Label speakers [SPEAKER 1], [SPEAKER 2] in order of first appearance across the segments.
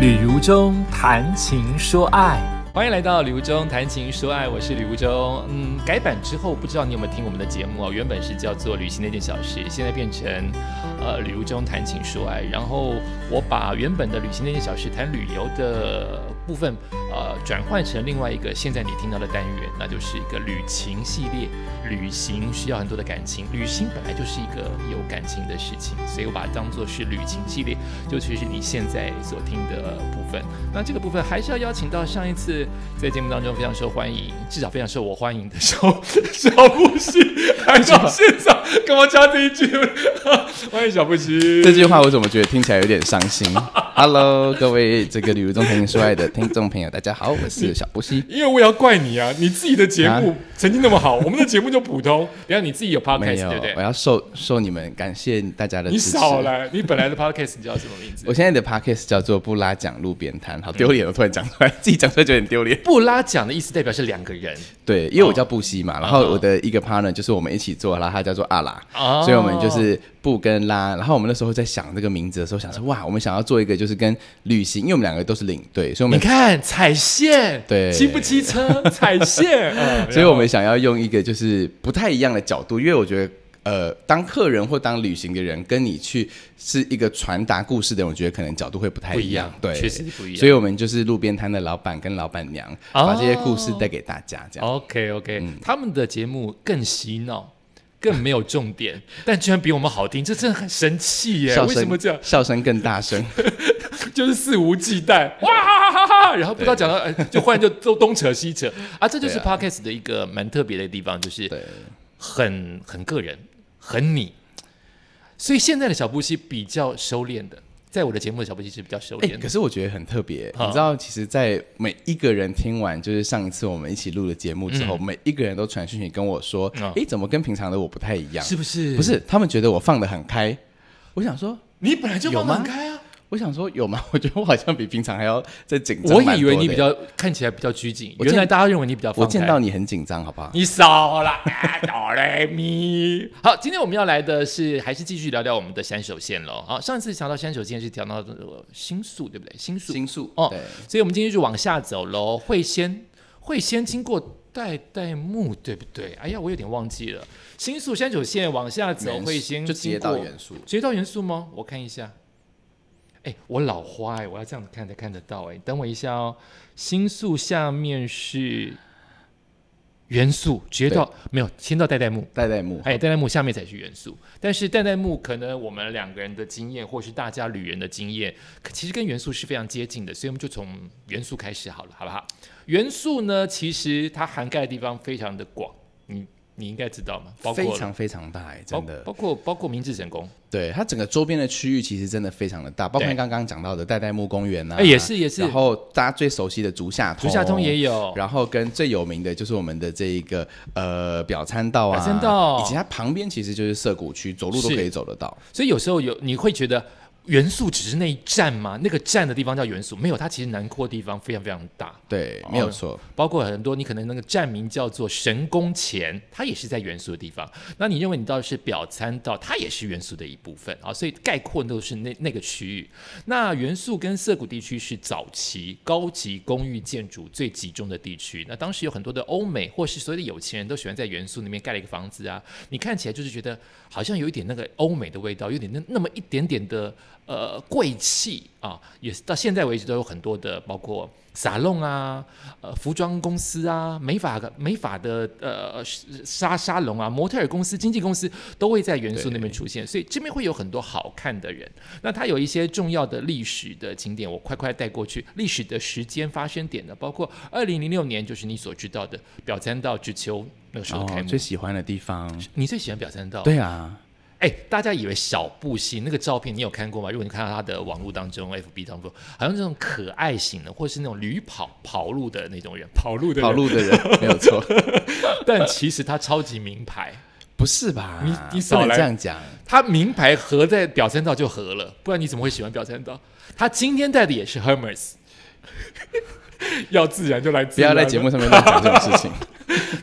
[SPEAKER 1] 旅如中谈情说爱，
[SPEAKER 2] 欢迎来到《旅途中谈情说爱》，我是旅途中。嗯，改版之后，不知道你有没有听我们的节目啊？原本是叫做《旅行那件小事》，现在变成呃《旅途中谈情说爱》。然后我把原本的《旅行那件小事》谈旅游的部分，呃，转换成另外一个现在你听到的单元，那就是一个旅情系列。旅行需要很多的感情，旅行本来就是一个有感情的事情，所以我把它当做是旅情系列，就其实你现在所听的部分。那这个部分还是要邀请到上一次在节目当中非常受欢迎，至少非常受我欢迎的小 小布希来到现场，跟我加这一句？欢迎小布希。
[SPEAKER 3] 这句话我怎么觉得听起来有点伤心？Hello，各位这个旅游中朋友说爱的听众朋友，大家好，我是小布西。
[SPEAKER 2] 因为我也要怪你啊，你自己的节目
[SPEAKER 3] 啊
[SPEAKER 2] 曾经那么好，我们的节目就普通。等一下你 自己有
[SPEAKER 3] 没
[SPEAKER 2] podcast
[SPEAKER 3] 有
[SPEAKER 2] 对不，
[SPEAKER 3] 我
[SPEAKER 2] 对？
[SPEAKER 3] 要受受你们感谢大家的
[SPEAKER 2] 你
[SPEAKER 3] 支持。
[SPEAKER 2] 少来，你本来的 podcast 你叫什么名字
[SPEAKER 3] 我？现在的 podcast 叫做不拉讲路边摊，好丢脸！我突然讲出来，自己讲出来就有点丢脸。
[SPEAKER 2] 布拉讲的意思代表是两个人，
[SPEAKER 3] 对，因为我叫布西嘛，然后我的一个 partner 就是我们一起做，然后他叫做阿拉，
[SPEAKER 2] 哦
[SPEAKER 3] 所以我们就是布跟拉。然后我们那时候在想这个名字的时候，想说哇，我们想要做一个就是跟旅行，因为我们两个都是领队，所以我
[SPEAKER 2] 你
[SPEAKER 3] 们
[SPEAKER 2] 看踩线，
[SPEAKER 3] 对
[SPEAKER 2] 骑不骑 车，踩线，嗯
[SPEAKER 3] 所以我们想要用一个就是不太一样的角度，因为我觉得。呃，当客人或当旅行的人跟你去是一个传达故事的人，我觉得可能角度会不太
[SPEAKER 2] 不一样
[SPEAKER 3] 对，
[SPEAKER 2] 确实不一样
[SPEAKER 3] 所以我们就是路边摊的老板跟老板娘，
[SPEAKER 2] 哦
[SPEAKER 3] 把这些故事带给大家，这样。
[SPEAKER 2] OK OK，、他
[SPEAKER 3] 嗯
[SPEAKER 2] 们的节目更洗脑，更没有重 点，但居然比我们好听，这真的很神气耶！
[SPEAKER 3] 笑
[SPEAKER 2] 为
[SPEAKER 3] 声
[SPEAKER 2] 什么这样？
[SPEAKER 3] 笑声更大声，
[SPEAKER 2] 就是肆无忌惮，哇哈哈哈哈！然后不知道讲到，哎就忽然 就都东扯西扯啊，这就是
[SPEAKER 3] 对
[SPEAKER 2] Podcast 的一个蛮特别的地方，就是
[SPEAKER 3] 对，
[SPEAKER 2] 很很个人，很你。所以现在的小布希比较收敛的，在我的节目的小布希是比较收
[SPEAKER 3] 哎、
[SPEAKER 2] 敛的
[SPEAKER 3] 可。是我觉得很特别，
[SPEAKER 2] 好
[SPEAKER 3] 你知道，其实，在每一个人听完就是上一次我们一起录的节目之后，每一个人都传讯息跟我说，哎、
[SPEAKER 2] 嗯
[SPEAKER 3] 怎么跟平常的我不太一样？
[SPEAKER 2] 是不是？
[SPEAKER 3] 不，是，他们觉得我放得很开。我想说，
[SPEAKER 2] 你本来就放得
[SPEAKER 3] 有
[SPEAKER 2] 很
[SPEAKER 3] 吗
[SPEAKER 2] 开啊！
[SPEAKER 3] 我想说有吗？ 我觉得我好像比平常还要再紧张。
[SPEAKER 2] 我也以为你比，较看起来比较拘谨，
[SPEAKER 3] 我见
[SPEAKER 2] 原来大家认为你比较
[SPEAKER 3] 我
[SPEAKER 2] 放开。
[SPEAKER 3] 见到你很紧张，好不好？
[SPEAKER 2] 你少啦， 啊哆来咪。好，今天我们要来的是，还是继续聊聊我们的山手线喽。好，上一次讲到山手线是讲到呃新宿，对不对？新宿，
[SPEAKER 3] 心术
[SPEAKER 2] 哦
[SPEAKER 3] 对，
[SPEAKER 2] 所以我们今天就往下走喽，会先会先经过代代木，对不对？哎呀，我有点忘记了。新宿山手线往下走
[SPEAKER 3] 元
[SPEAKER 2] 会
[SPEAKER 3] 素
[SPEAKER 2] 先
[SPEAKER 3] 就直
[SPEAKER 2] 经
[SPEAKER 3] 接到
[SPEAKER 2] 过
[SPEAKER 3] 元素
[SPEAKER 2] 直接到元素吗？我看一下。哎，我老花哎，我要这样子看才看得到哎。等我一下哦，新宿下面是元素，直接到没有，先到代代木。
[SPEAKER 3] 代代木，
[SPEAKER 2] 哎，代代木下面才是元素，但是代代木可能我们两个人的经验，或是大家旅人的经验，可其实跟元素是非常接近的，所以我们就从元素开始好了，好不好？元素呢，其实它涵盖的地方非常的广，你你应该知道吗？包括
[SPEAKER 3] 非常非常大、哎，
[SPEAKER 2] 包
[SPEAKER 3] 真的
[SPEAKER 2] 包。括包括明治神宫，
[SPEAKER 3] 对，它整个周边的区域其实真的非常的大，包括
[SPEAKER 2] 对
[SPEAKER 3] 刚刚讲到的代代木公园啊，
[SPEAKER 2] 哎也是也是
[SPEAKER 3] 然后大家最熟悉的竹下通，
[SPEAKER 2] 竹下通也有，
[SPEAKER 3] 然后跟最有名的就是我们的这一个呃表参道啊，
[SPEAKER 2] 表参道
[SPEAKER 3] 以及它旁边其实就是涩谷区，走路都
[SPEAKER 2] 是
[SPEAKER 3] 可以走得到。
[SPEAKER 2] 所以有时候有你会觉得元素只是那一站吗？那个站的地方叫元素，没有，它其实囊括的地方非常非常大。
[SPEAKER 3] 对，
[SPEAKER 2] 哦
[SPEAKER 3] 没有错。
[SPEAKER 2] 包括很多你可能那个站名叫做神宫前，它也是在元素的地方。那你认为你到底是表参道，它也是元素的一部分啊，所以概括都是那那个区域。那元素跟涩谷地区是早期高级公寓建筑最集中的地区。那当时有很多的欧美或是所有的有钱人都喜欢在元素那边盖了一个房子啊，你看起来就是觉得好像有一点那个欧美的味道，有点那那么一点点的呃贵气啊，也是到现在为止都有很多的，包括沙龙啊、呃服装公司啊、美发美发的呃沙沙龙啊、模特儿公司、经纪公司都会在元素那边出现，所以这边会有很多好看的人。那它有一些重要的历史的景点，我快快带过去。历史的时间发生点呢，包括二零零六年，就是你所知道的表参道之秋那个时候开幕。
[SPEAKER 3] 最喜欢的地方，
[SPEAKER 2] 你最喜欢表参道？，
[SPEAKER 3] 哦对啊，
[SPEAKER 2] 哎，大家以为小布希那个照片你有看过吗？如果你看到他的网络当中、FB 当中，好像这种可爱型的，或是那种驴跑跑路的那种人，跑路的
[SPEAKER 3] 跑，路的人没有错，
[SPEAKER 2] 但其实他超级名牌，
[SPEAKER 3] 不是吧？
[SPEAKER 2] 你你
[SPEAKER 3] 不
[SPEAKER 2] 少
[SPEAKER 3] 能
[SPEAKER 2] 来
[SPEAKER 3] 这样讲，
[SPEAKER 2] 他名牌合在表参道就合了，不然你怎么会喜欢表参道？他今天戴的也是 Hermes，要自然就来自
[SPEAKER 3] 不
[SPEAKER 2] 然
[SPEAKER 3] 要
[SPEAKER 2] 了，
[SPEAKER 3] 在节目上面乱讲这种事情。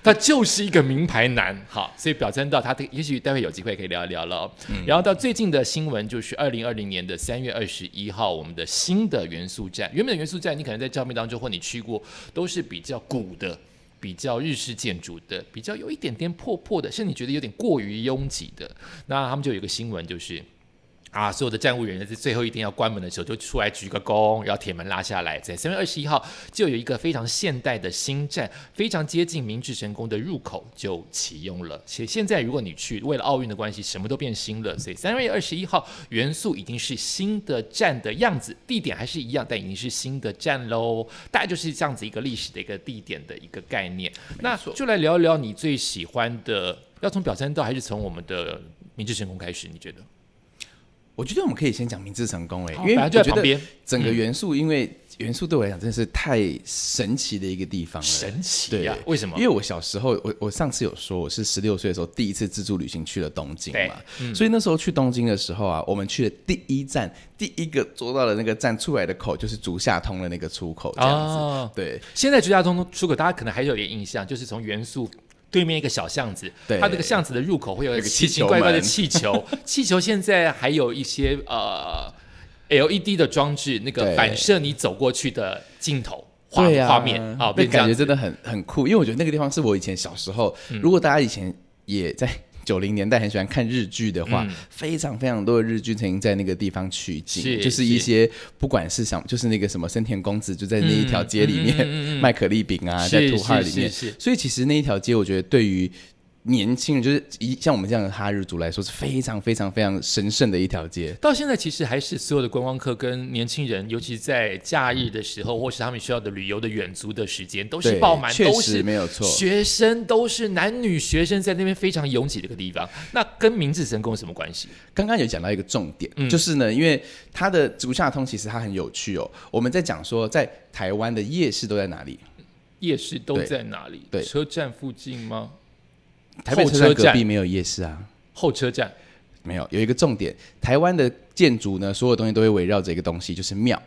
[SPEAKER 2] 他就是一个名牌男。好，所以表参道他这也许待会有机会可以聊一聊了哦。然后到最近的新闻就是二零二零年的三月二十一号，我们的新的元素站，原本的元素站你可能在照片当中或你去过，都是比较古的。比较日式建筑的，比较有一点点破破的，甚至你觉得有点过于拥挤的，那他们就有一个新闻，就是啊，所有的站务人员在最后一天要关门的时候，就出来鞠个躬，然后铁门拉下来。在三月二十一号，就有一个非常现代的新站，非常接近明治神宫的入口就启用了。且现在如果你去，为了奥运的关系，什么都变新了，所以三月二十一号元素已经是新的站的样子，地点还是一样，但已经是新的站喽。大概就是这样子一个历史的一个地点的一个概念。那就来聊一聊你最喜欢的，要从表参道还是从我们的明治神宫开始？你觉得？
[SPEAKER 3] 我觉得我们可以先讲明治成功哎、
[SPEAKER 2] 好
[SPEAKER 3] 因为
[SPEAKER 2] 本来
[SPEAKER 3] 我
[SPEAKER 2] 就在
[SPEAKER 3] 觉
[SPEAKER 2] 旁边嗯
[SPEAKER 3] 得整个元素，因为元素对我来讲真的是太神奇的一个地方了。
[SPEAKER 2] 神奇
[SPEAKER 3] 对
[SPEAKER 2] 呀、为什么？
[SPEAKER 3] 因为我小时候，我我上次有说，我是十六岁的时候第一次自助旅行去了东京
[SPEAKER 2] 对嗯
[SPEAKER 3] 嘛，所以那时候去东京的时候啊，我们去的第一站，第一个坐到的那个站出来的口就是竹下通的那个出口，这样子。
[SPEAKER 2] 哦
[SPEAKER 3] 对，
[SPEAKER 2] 现在绝大通出口，大家可能还有点印象，就是从元素对面一个小巷子，
[SPEAKER 3] 对
[SPEAKER 2] 它那个巷子的入口会有
[SPEAKER 3] 有个
[SPEAKER 2] 奇
[SPEAKER 3] 气
[SPEAKER 2] 奇
[SPEAKER 3] 球
[SPEAKER 2] 怪怪的
[SPEAKER 3] 门
[SPEAKER 2] 气 球，气球现在还有一些呃 LED 的装置，那个
[SPEAKER 3] 对
[SPEAKER 2] 反射你走过去的镜头画
[SPEAKER 3] 对啊
[SPEAKER 2] 画面，好，
[SPEAKER 3] 那
[SPEAKER 2] 变这
[SPEAKER 3] 感
[SPEAKER 2] 样
[SPEAKER 3] 觉
[SPEAKER 2] 子嗯
[SPEAKER 3] 真的很很酷，因为我觉得那个地方是我以前小时候，如果大家以前也在。九零年代很喜欢看日剧的话，
[SPEAKER 2] 嗯
[SPEAKER 3] 非常非常多的日剧曾经在那个地方取景，
[SPEAKER 2] 是
[SPEAKER 3] 就是一些不管是想就是那个什么森田公子就在那一条街里面、
[SPEAKER 2] 嗯嗯嗯嗯嗯
[SPEAKER 3] 卖可丽饼啊，
[SPEAKER 2] 是
[SPEAKER 3] 在土哈里
[SPEAKER 2] 是
[SPEAKER 3] 面，
[SPEAKER 2] 是是
[SPEAKER 3] 所以其实那一条街我觉得对于年轻人就是一像我们这样的哈日族来说是非常非常非常神圣的一条街。
[SPEAKER 2] 到现在，其实还是所有的观光客跟年轻人，尤其在假日的时候，或是他们需要的旅游的远足的时间，都是
[SPEAKER 3] 嗯对
[SPEAKER 2] 爆满，
[SPEAKER 3] 确
[SPEAKER 2] 都
[SPEAKER 3] 实
[SPEAKER 2] 是
[SPEAKER 3] 没有错
[SPEAKER 2] 学生都是男女学生在那边非常拥挤的一个地方。那跟明治神宫有什么关系？
[SPEAKER 3] 刚刚有讲到一个重点，
[SPEAKER 2] 嗯
[SPEAKER 3] 就是呢，因为它的足下通其实它很有趣哦。我们在讲说，在台湾的夜市都在哪里？
[SPEAKER 2] 夜市都
[SPEAKER 3] 对
[SPEAKER 2] 在哪里？
[SPEAKER 3] 对
[SPEAKER 2] 车站附近吗？
[SPEAKER 3] 台北
[SPEAKER 2] 后
[SPEAKER 3] 车
[SPEAKER 2] 车
[SPEAKER 3] 站隔壁
[SPEAKER 2] 站，
[SPEAKER 3] 没有夜市啊，
[SPEAKER 2] 后车站
[SPEAKER 3] 没有。有一个重点，台湾的建筑呢，所有东西都会围绕着一个东西，就是庙。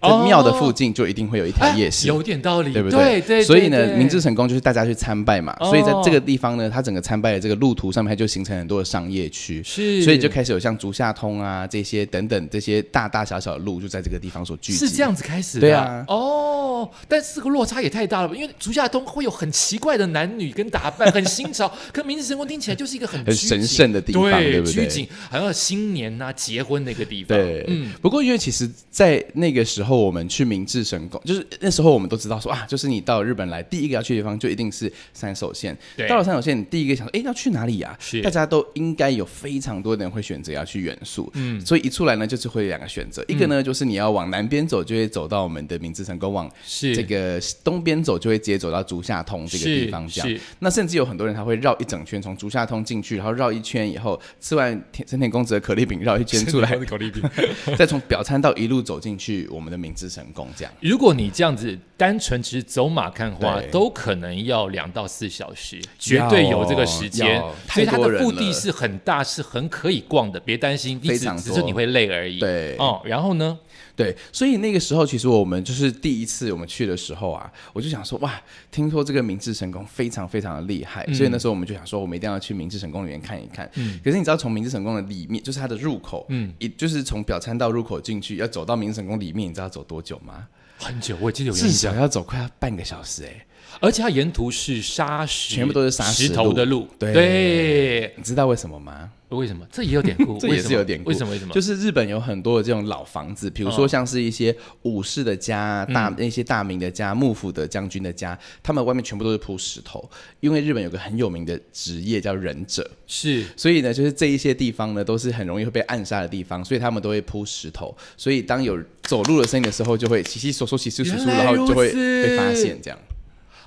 [SPEAKER 3] 在
[SPEAKER 2] 哦
[SPEAKER 3] 庙的附近就一定会有一条夜
[SPEAKER 2] 哎
[SPEAKER 3] 市。
[SPEAKER 2] 有点道理，
[SPEAKER 3] 对不
[SPEAKER 2] 对
[SPEAKER 3] 对？
[SPEAKER 2] 对
[SPEAKER 3] 所以呢，
[SPEAKER 2] 对
[SPEAKER 3] 明治成功就是大家去参拜嘛，
[SPEAKER 2] 哦
[SPEAKER 3] 所以在这个地方呢，它整个参拜的这个路途上面，它就形成很多的商业区，
[SPEAKER 2] 是
[SPEAKER 3] 所以就开始有像竹下通啊这些等等这些大大小小的路，就在这个地方所聚集。
[SPEAKER 2] 是这样子开始的，
[SPEAKER 3] 对啊
[SPEAKER 2] 哦，但是这个落差也太大了吧？因为竹下通会有很奇怪的男女跟打扮，很新 潮，可明治神宫听起来就是一个很
[SPEAKER 3] 很
[SPEAKER 2] 拘谨
[SPEAKER 3] 神圣的地方
[SPEAKER 2] 对
[SPEAKER 3] 对不对
[SPEAKER 2] 拘谨，好像新年呐、结婚那个地方，
[SPEAKER 3] 对，
[SPEAKER 2] 嗯，
[SPEAKER 3] 不过因为其实，在那个时候，我们去明治神宫，就是那时候我们都知道说啊，就是你到日本来，第一个要去的地方就一定是山手线。
[SPEAKER 2] 对
[SPEAKER 3] 到了山手线，你第一个想说，哎，要去哪里呀、
[SPEAKER 2] 是
[SPEAKER 3] 大家都应该有非常多的人会选择要去元素。嗯，所以一出来呢，就是会有两个选
[SPEAKER 2] 嗯
[SPEAKER 3] 择，一个呢就是你要往南边走，就会走到我们的明治神宫；往
[SPEAKER 2] 是
[SPEAKER 3] 这个东边走，就会直接走到竹下通这个
[SPEAKER 2] 是
[SPEAKER 3] 地方。这
[SPEAKER 2] 是
[SPEAKER 3] 样，那甚至有很多人他会绕一整圈，从竹下通进去，然后绕一圈以后，吃完田森田公子的可丽饼，绕一圈 出来，
[SPEAKER 2] 口令饼。
[SPEAKER 3] 再从表参道一路走进去我们的明治神宫，这样。
[SPEAKER 2] 如果你这样子单纯只是走马看花，
[SPEAKER 3] 对哦
[SPEAKER 2] 都可能要两到四小时，绝对有这个时间
[SPEAKER 3] 要，
[SPEAKER 2] 所以它
[SPEAKER 3] 太多
[SPEAKER 2] 的
[SPEAKER 3] 人
[SPEAKER 2] 腹
[SPEAKER 3] 了
[SPEAKER 2] 地是很大，是很可以逛的，别担心，你
[SPEAKER 3] 非
[SPEAKER 2] 只
[SPEAKER 3] 常
[SPEAKER 2] 只是
[SPEAKER 3] 多
[SPEAKER 2] 你会累而已。
[SPEAKER 3] 对
[SPEAKER 2] 哦，然后呢？
[SPEAKER 3] 对，所以那个时候其实我们就是第一次我们去的时候啊，我就想说哇，听说这个明治神宫非常非常的厉害，所以那时候我们就想说，我们一定要去明治神宫里面看一看。可是你知道，从明治神宫的里面，就是它的入口，嗯，也就是从表参道入口进去，要走到明治神宫里面，你知道要走多久吗？
[SPEAKER 2] 很久，我记得有
[SPEAKER 3] 至
[SPEAKER 2] 印
[SPEAKER 3] 少
[SPEAKER 2] 象，
[SPEAKER 3] 要走快要半个小时哎、
[SPEAKER 2] 而且它沿途是沙石，
[SPEAKER 3] 全部都是沙石
[SPEAKER 2] 石头的路。
[SPEAKER 3] 对
[SPEAKER 2] 对
[SPEAKER 3] 你知道为什么吗？
[SPEAKER 2] 为什么？这也有典故，
[SPEAKER 3] 这
[SPEAKER 2] 为
[SPEAKER 3] 也
[SPEAKER 2] 什
[SPEAKER 3] 是
[SPEAKER 2] 么
[SPEAKER 3] 有典故，
[SPEAKER 2] 为什么？为什哦么？
[SPEAKER 3] 就是日本有很多的这种老房子，比如说像是一些武士的家啊、大
[SPEAKER 2] 嗯
[SPEAKER 3] 那些大名的家、幕府的将军的家，他们外面全部都是铺石头，因为日本有个很有名的职业叫忍者，
[SPEAKER 2] 是
[SPEAKER 3] 所以呢，就是这一些地方呢都是很容易会被暗杀的地方，所以他们都会铺石头，所以当有走路的声音的时候，就会稀稀窣窣、稀稀疏疏，
[SPEAKER 2] 原来
[SPEAKER 3] 然后就会
[SPEAKER 2] 如此
[SPEAKER 3] 被发现这样。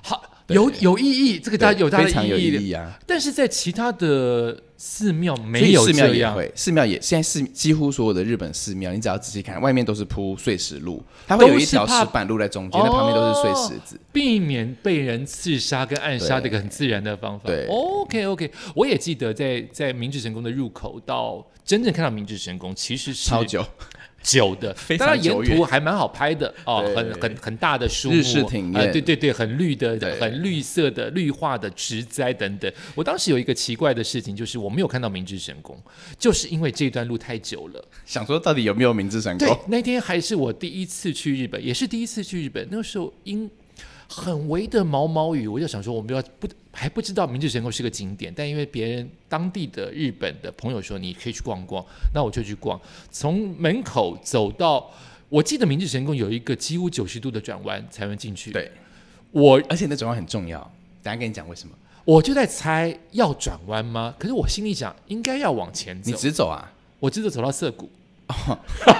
[SPEAKER 2] 好有有意义，这个大家
[SPEAKER 3] 对
[SPEAKER 2] 有它
[SPEAKER 3] 非常
[SPEAKER 2] 的
[SPEAKER 3] 有
[SPEAKER 2] 意义
[SPEAKER 3] 意
[SPEAKER 2] 的。
[SPEAKER 3] 义啊！
[SPEAKER 2] 但是在其他的寺庙
[SPEAKER 3] 所
[SPEAKER 2] 没
[SPEAKER 3] 以
[SPEAKER 2] 有
[SPEAKER 3] 寺庙
[SPEAKER 2] 这
[SPEAKER 3] 也
[SPEAKER 2] 样，
[SPEAKER 3] 会，寺庙也现在寺几乎所有的日本寺庙，你只要仔细看，外面都是铺碎石路，它会有一条
[SPEAKER 2] 都是怕哦
[SPEAKER 3] 石板路在中间，那旁边都是碎石子。
[SPEAKER 2] 避免被人刺杀跟暗杀的一个很自然的方法。
[SPEAKER 3] 对
[SPEAKER 2] o k OK，我也记得在在明治神宫的入口到真正看到明治神宫，其实是
[SPEAKER 3] 超久，
[SPEAKER 2] 久的，
[SPEAKER 3] 非常
[SPEAKER 2] 当然沿
[SPEAKER 3] 久远
[SPEAKER 2] 途还蛮好拍的哦，
[SPEAKER 3] 对
[SPEAKER 2] 很很很大的树木，
[SPEAKER 3] 日式庭
[SPEAKER 2] 呃
[SPEAKER 3] 院
[SPEAKER 2] 对对对，很绿的
[SPEAKER 3] 对，
[SPEAKER 2] 很绿色的绿化的植栽等等。我当时有一个奇怪的事情，就是我没有看到明治神宫，就是因为这段路太久了。
[SPEAKER 3] 想说到底有没有明治神
[SPEAKER 2] 对
[SPEAKER 3] 宫？，
[SPEAKER 2] 那天还是我第一次去日本，也是第一次去日本。那个时候因很微的毛毛雨，我就想说，我们要不还不知道明治神宫是个景点，但因为别人当地的日本的朋友说你可以去逛逛，那我就去逛。从门口走到，我记得明治神宫有一个几乎九十度的转弯才能进去。，
[SPEAKER 3] 对，
[SPEAKER 2] 我
[SPEAKER 3] 而且那转弯很重要，等一下跟你讲为什么。
[SPEAKER 2] 我就在猜要转弯吗？可是我心里想应该要往前走
[SPEAKER 3] 你，直走啊？
[SPEAKER 2] 我真的走到涩谷。
[SPEAKER 3] 哦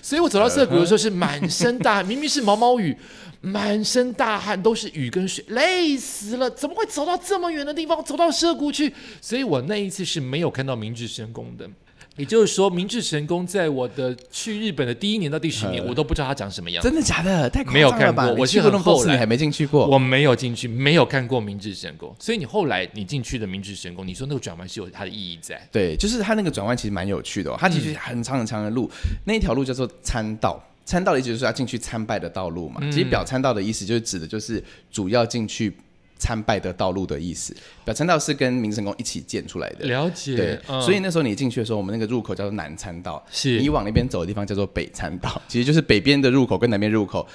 [SPEAKER 2] 所以我走到涩谷的时候是满身大汗，明明是毛毛 雨，满身大汗都是雨跟水，累死了！怎么会走到这么远的地方，走到涩谷去？所以我那一次是没有看到明治神宫的。也就是说，明治神宫在我的去日本的第一年到第十年，我都不知道它长什么样。
[SPEAKER 3] 嗯真的假的？太夸张了吧
[SPEAKER 2] 没有看过
[SPEAKER 3] 你
[SPEAKER 2] 我
[SPEAKER 3] 去
[SPEAKER 2] 是
[SPEAKER 3] 过
[SPEAKER 2] 很
[SPEAKER 3] 那么多
[SPEAKER 2] 后
[SPEAKER 3] 次，
[SPEAKER 2] 来
[SPEAKER 3] 你还没进去过。
[SPEAKER 2] 我没有进去，没有看过明治神宫，所以你后来你进去的明治神宫，你说那个转弯是有它的意义在。
[SPEAKER 3] 对，就是它那个转弯其实蛮有趣的、哦，它
[SPEAKER 2] 嗯
[SPEAKER 3] 其实很长很长的路，那一条路叫做参道。参道的意思就是要进去参拜的道路嘛。其实
[SPEAKER 2] 嗯
[SPEAKER 3] 表参道的意思就是指的就是主要进去参拜的道路的意思。表参道是跟明神宫一起建出来的。
[SPEAKER 2] 了
[SPEAKER 3] 对
[SPEAKER 2] 解，，嗯
[SPEAKER 3] 所以那时候你进去的时候，我们那个入口叫做南参道，
[SPEAKER 2] 是
[SPEAKER 3] 你往那边走的地方叫做北参道，其实就是北边的入口跟南边入口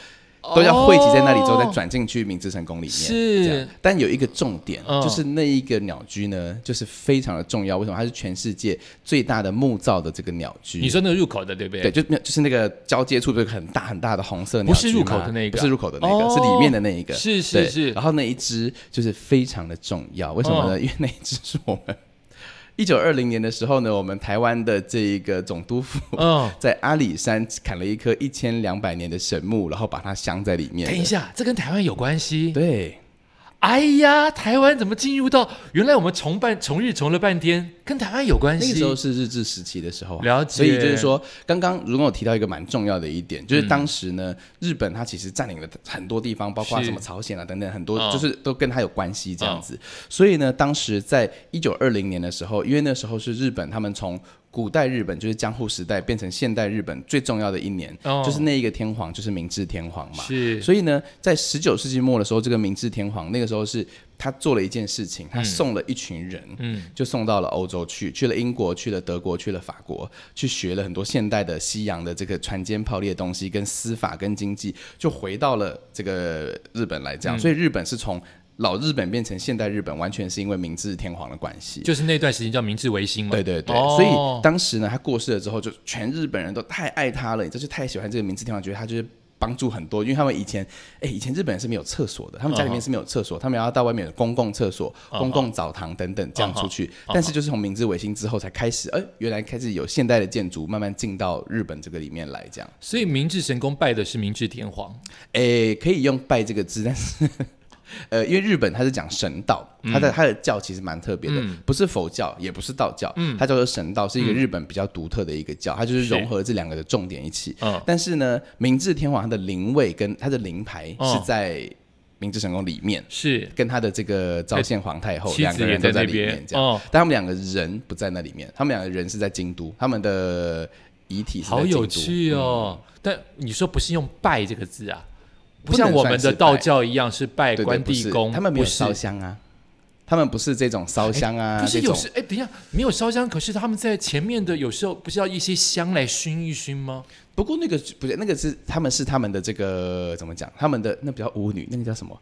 [SPEAKER 3] 都要汇集在那里之后，再
[SPEAKER 2] 哦
[SPEAKER 3] 转进去明治神宫里面。
[SPEAKER 2] 是
[SPEAKER 3] 这样，但有一个重点，
[SPEAKER 2] 嗯
[SPEAKER 3] 就是那一个鸟居呢，就是非常的重要。为什么？它是全世界最大的木造的这个鸟居。
[SPEAKER 2] 你说那个入口的对不对？
[SPEAKER 3] 对，就没有，就是那个交界处，不是很大很大的红色鸟
[SPEAKER 2] 不是
[SPEAKER 3] 居
[SPEAKER 2] 入
[SPEAKER 3] 吗
[SPEAKER 2] 口的那个
[SPEAKER 3] 不是入口的那个，
[SPEAKER 2] 哦
[SPEAKER 3] 是里面的那一个。
[SPEAKER 2] 是是
[SPEAKER 3] 对
[SPEAKER 2] 是哦
[SPEAKER 3] 然后那一只就是非常的重要，为什么呢？因为那一只是我们一九二零年的时候呢，我们台湾的这一个总督府。
[SPEAKER 2] 嗯，
[SPEAKER 3] 在阿里山砍了一棵一千两百年的神木，然后把它镶在里面。
[SPEAKER 2] 等一，下，这跟台湾有关系。
[SPEAKER 3] 对，
[SPEAKER 2] 哎呀，台湾怎么进入到原来我们崇拜崇日崇了半天，跟台湾有关
[SPEAKER 3] 那
[SPEAKER 2] 系？
[SPEAKER 3] 个时候是日治时期的时候啊、
[SPEAKER 2] 了解
[SPEAKER 3] 所以就是说，刚刚如果我提到一个蛮重要的一点，
[SPEAKER 2] 嗯
[SPEAKER 3] 就是当时呢，日本它其实占领了很多地方，包括
[SPEAKER 2] 是哦
[SPEAKER 3] 什么朝鲜啊等等，很多
[SPEAKER 2] 嗯
[SPEAKER 3] 就是都跟它有关系这样子。所以呢，当时在一九二零年的时候，因为那时候是日本他们从古代日本就是江户时代变成现代日本最重要的一年，
[SPEAKER 2] 哦
[SPEAKER 3] 就是那一个天皇就是明治天皇嘛。
[SPEAKER 2] 是
[SPEAKER 3] 所以呢，在十九世纪末的时候，这个明治天皇那个时候是他做了一件事情，他送了一群人，嗯，就送到了欧洲去，去了英国，去了德国，去了法国，去学了很多现代的西洋的这个船坚炮利的东西，跟司法跟经济，就回到了这个日本来这样。所以日本是从老日本变成现代日本，完全是因为明治天皇的关系。
[SPEAKER 2] 就是那段时间叫明治维新嘛。
[SPEAKER 3] 对对对，
[SPEAKER 2] 哦
[SPEAKER 3] 所以当时呢，他过世了之后，就全日本人都太爱他了，也就是太喜欢这个名字天皇，觉得他就是。帮助很多，因为他们以前，哎、以前日本人是没有厕所的，他们家里面是没有厕所他
[SPEAKER 2] 嗯
[SPEAKER 3] 们要到外面有公共厕所、公共澡堂等等这样出
[SPEAKER 2] 嗯
[SPEAKER 3] 去。但是就是从明治维新之后才开始，哎、原来开始有现代的建筑慢慢进到日本这个里面来，这样。
[SPEAKER 2] 所以明治神宫拜的是明治天皇。
[SPEAKER 3] 诶、可以用“拜”这个字，但是呃，因为日本它是讲神道，它
[SPEAKER 2] 嗯
[SPEAKER 3] 的、它的教其实蛮特别的，不是佛教，也不是道教，它叫做神道，是一个日本比较独特的一个教，它就是
[SPEAKER 2] 嗯是
[SPEAKER 3] 融合这两个的重点一起。
[SPEAKER 2] 嗯
[SPEAKER 3] 但是呢，明治天皇他的灵位跟他的灵牌
[SPEAKER 2] 哦
[SPEAKER 3] 是在明治神宫里面。
[SPEAKER 2] 是
[SPEAKER 3] 跟他的这个昭宪皇太后
[SPEAKER 2] 哎妻子
[SPEAKER 3] 两个人
[SPEAKER 2] 也在
[SPEAKER 3] 都在
[SPEAKER 2] 那
[SPEAKER 3] 里
[SPEAKER 2] 边
[SPEAKER 3] 面，这样，
[SPEAKER 2] 哦
[SPEAKER 3] 但他们两个人不在那里面，他们两个人是在京都，他们的遗体是在
[SPEAKER 2] 好有
[SPEAKER 3] 京都
[SPEAKER 2] 趣哦。但你说不是用拜这个字啊？
[SPEAKER 3] 不
[SPEAKER 2] 不像
[SPEAKER 3] 能
[SPEAKER 2] 我
[SPEAKER 3] 算
[SPEAKER 2] 们
[SPEAKER 3] 是
[SPEAKER 2] 的道
[SPEAKER 3] 拜
[SPEAKER 2] 教一样是拜
[SPEAKER 3] 对对
[SPEAKER 2] 关
[SPEAKER 3] 不
[SPEAKER 2] 帝
[SPEAKER 3] 是
[SPEAKER 2] 公，
[SPEAKER 3] 他们没有
[SPEAKER 2] 不是
[SPEAKER 3] 烧香啊，他们不是这种烧香啊，
[SPEAKER 2] 不是
[SPEAKER 3] 这
[SPEAKER 2] 有
[SPEAKER 3] 种
[SPEAKER 2] 时哎，等一下没有烧香，可是他们在前面的有时候不是要一些香来熏一熏吗？
[SPEAKER 3] 不过那个不是那个是他们是他们的这个怎么讲？他们的那比较舞女，那个叫什么？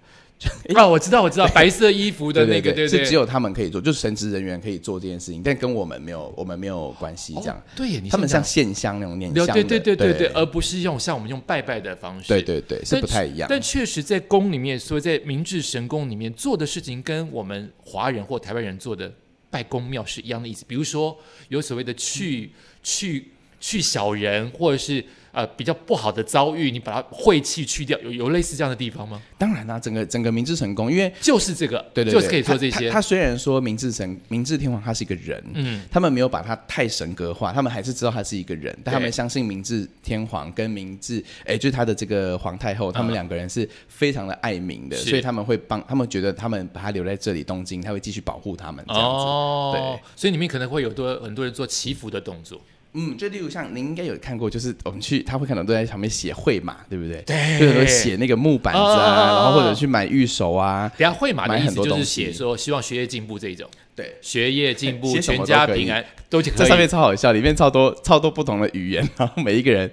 [SPEAKER 2] 啊，我知道，我知道，白色衣服的那个，对
[SPEAKER 3] 哎对
[SPEAKER 2] 不对，
[SPEAKER 3] 是只有他们可以做，就是神职人员可以做这件事情，但跟我们没有我们没有关系。这样，
[SPEAKER 2] 哦对耶，你
[SPEAKER 3] 他们像
[SPEAKER 2] 这
[SPEAKER 3] 线香那种念
[SPEAKER 2] 样
[SPEAKER 3] 香
[SPEAKER 2] 聊
[SPEAKER 3] 的，
[SPEAKER 2] 对对对对对，
[SPEAKER 3] 对
[SPEAKER 2] 而不是用像我们用拜拜的方式，
[SPEAKER 3] 对对对是
[SPEAKER 2] 但
[SPEAKER 3] 不太一样。
[SPEAKER 2] 但确实在宫里面，所以在明治神宫里面做的事情，跟我们华人或台湾人做的拜公庙是一样的意思。比如说有所谓的去去去小人，或者是呃比较不好的遭遇，你把它晦气去掉，有有类似这样的地方吗？
[SPEAKER 3] 当然啦、整个整个明治神宫，因为
[SPEAKER 2] 就是这个，
[SPEAKER 3] 对对对，
[SPEAKER 2] 就是可以做这
[SPEAKER 3] 他
[SPEAKER 2] 些
[SPEAKER 3] 他。他虽然说明治神明治天皇他是一个人，
[SPEAKER 2] 嗯，
[SPEAKER 3] 他们没有把他太神格化，他们还是知道他是一个人，但他们相信明治天皇跟明治，哎、就是他的这个皇太后，他们两个人是非常的爱民的，
[SPEAKER 2] 嗯是
[SPEAKER 3] 所以他们会帮，他们觉得他们把他留在这里东
[SPEAKER 2] 哦
[SPEAKER 3] 京，他会继续保护他们这样子。
[SPEAKER 2] 哦，所以里面可能会有多很多人做祈福的动作，
[SPEAKER 3] 嗯，就例如像您应该有看过，就是我们去他会看到都在旁边写会码，对不对？
[SPEAKER 2] 对
[SPEAKER 3] 就很多写那个木板子啊，
[SPEAKER 2] 哦哦哦哦
[SPEAKER 3] 然后或者去买玉手啊，
[SPEAKER 2] 等一下会马的
[SPEAKER 3] 买
[SPEAKER 2] 意
[SPEAKER 3] 很
[SPEAKER 2] 思
[SPEAKER 3] 多
[SPEAKER 2] 就是
[SPEAKER 3] 东西
[SPEAKER 2] 写说希望学业进步这一种，
[SPEAKER 3] 对，
[SPEAKER 2] 学业进步，
[SPEAKER 3] 写什
[SPEAKER 2] 全
[SPEAKER 3] 么都
[SPEAKER 2] 家
[SPEAKER 3] 可以
[SPEAKER 2] 平安都可以。
[SPEAKER 3] 这上面超好笑，里面超多超多不同的语言，然后每一个人